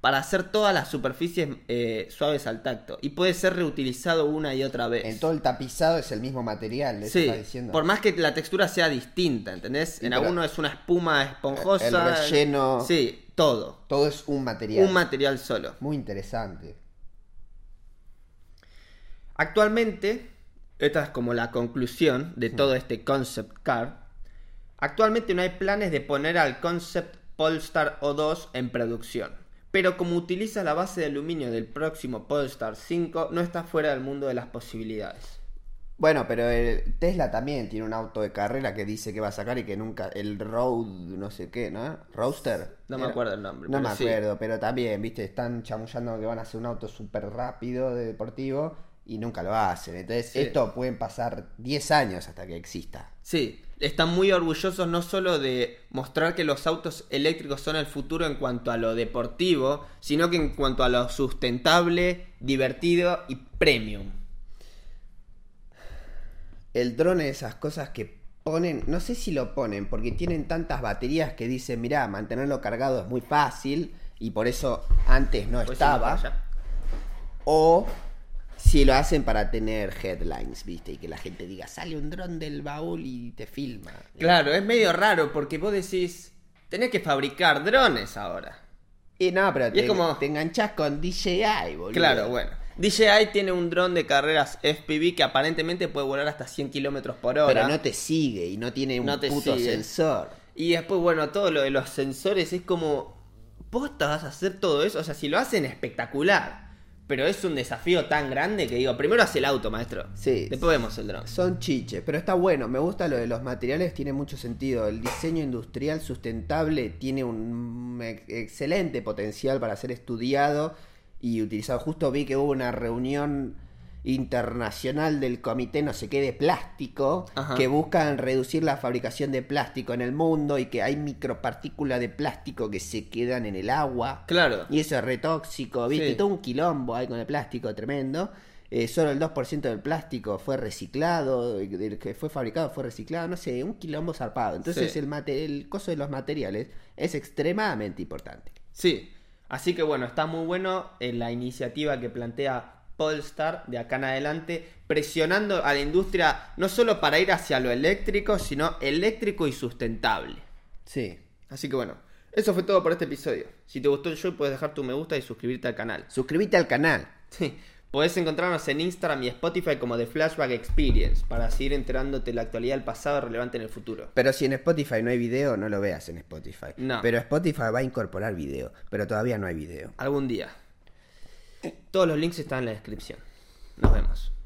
[SPEAKER 1] para hacer todas las superficies eh, suaves al tacto y puede ser reutilizado una y otra vez.
[SPEAKER 2] En todo el tapizado es el mismo material, eso
[SPEAKER 1] Sí,
[SPEAKER 2] está diciendo.
[SPEAKER 1] por más que la textura sea distinta, ¿entendés?
[SPEAKER 2] Sí,
[SPEAKER 1] en
[SPEAKER 2] pero-
[SPEAKER 1] alguno es una espuma esponjosa.
[SPEAKER 2] El relleno-
[SPEAKER 1] Sí, todo.
[SPEAKER 2] Todo es un material.
[SPEAKER 1] Un material solo.
[SPEAKER 2] Muy interesante.
[SPEAKER 1] Actualmente, esta es como la conclusión de todo este concept car. Actualmente no hay planes de poner al concept Polestar O2 en producción, pero como utiliza la base de aluminio del próximo Polestar 5, no está fuera del mundo de las posibilidades.
[SPEAKER 2] Bueno, pero el Tesla también tiene un auto de carrera que dice que va a sacar y que nunca. El Road, no sé qué, ¿no? Roadster.
[SPEAKER 1] No me
[SPEAKER 2] Era-
[SPEAKER 1] acuerdo el nombre,
[SPEAKER 2] No
[SPEAKER 1] pero
[SPEAKER 2] me
[SPEAKER 1] sí.
[SPEAKER 2] acuerdo, pero también, viste, están chamullando que van a hacer un auto súper rápido de deportivo y nunca lo hacen. Entonces,
[SPEAKER 1] Sí.
[SPEAKER 2] esto pueden pasar 10 años hasta que exista.
[SPEAKER 1] Sí, están muy orgullosos no solo de mostrar que los autos eléctricos son el futuro en cuanto a lo deportivo, sino que en cuanto a lo sustentable, divertido y premium.
[SPEAKER 2] El dron es esas cosas que ponen, no sé si lo ponen, porque tienen tantas baterías que dicen, mirá, mantenerlo cargado es muy fácil y por eso antes no
[SPEAKER 1] Pues sí,
[SPEAKER 2] estaba.
[SPEAKER 1] para allá.
[SPEAKER 2] O si lo hacen para tener headlines, ¿viste? Y que la gente diga, sale un dron del baúl y te filma.
[SPEAKER 1] Claro, es medio raro porque vos decís, tenés que fabricar drones ahora.
[SPEAKER 2] Y no, pero te,
[SPEAKER 1] es como-
[SPEAKER 2] te enganchás con DJI, boludo.
[SPEAKER 1] Claro, bueno. DJI tiene un dron de carreras FPV que aparentemente puede volar hasta 100 kilómetros por hora.
[SPEAKER 2] Pero no te sigue y no tiene un
[SPEAKER 1] No te
[SPEAKER 2] puto
[SPEAKER 1] sigue.
[SPEAKER 2] sensor.
[SPEAKER 1] Y después, bueno, todo lo de los sensores es como. ¿Posta vas a hacer todo eso? O sea, si lo hacen espectacular. Pero es un desafío tan grande que digo, primero hace el auto, maestro.
[SPEAKER 2] Sí.
[SPEAKER 1] Después vemos el dron.
[SPEAKER 2] Son chiches, pero está bueno. Me gusta lo de los materiales, tiene mucho sentido. El diseño industrial sustentable tiene un ex- excelente potencial para ser estudiado y utilizado. Justo vi que hubo una reunión internacional del comité no sé qué de plástico
[SPEAKER 1] Ajá.
[SPEAKER 2] que buscan reducir la fabricación de plástico en el mundo y que hay micropartículas de plástico que se quedan en el agua.
[SPEAKER 1] Claro.
[SPEAKER 2] Y eso es re tóxico, ¿viste?
[SPEAKER 1] Sí.
[SPEAKER 2] Y todo un quilombo hay con el plástico tremendo. Eh, solo el 2% del plástico fue reciclado, del que fue fabricado fue reciclado, no sé, un quilombo zarpado. Entonces
[SPEAKER 1] Sí.
[SPEAKER 2] el, mate- el coso de los materiales es extremadamente importante.
[SPEAKER 1] Sí. Así que bueno, está muy bueno eh, la iniciativa que plantea Polestar de acá en adelante, presionando a la industria no solo para ir hacia lo eléctrico, sino eléctrico y sustentable.
[SPEAKER 2] Sí.
[SPEAKER 1] Así que bueno, eso fue todo por este episodio. Si te gustó el show, puedes dejar tu me gusta y suscribirte al canal.
[SPEAKER 2] Suscríbete al canal.
[SPEAKER 1] Sí. Podés encontrarnos en Instagram y Spotify como The Flashback Experience para seguir enterándote de la actualidad del pasado relevante en el futuro.
[SPEAKER 2] Pero si en Spotify no hay video, no lo veas en Spotify.
[SPEAKER 1] No.
[SPEAKER 2] Pero Spotify va a incorporar video, pero todavía no hay video.
[SPEAKER 1] Algún día. Todos los links están en la descripción. Nos vemos.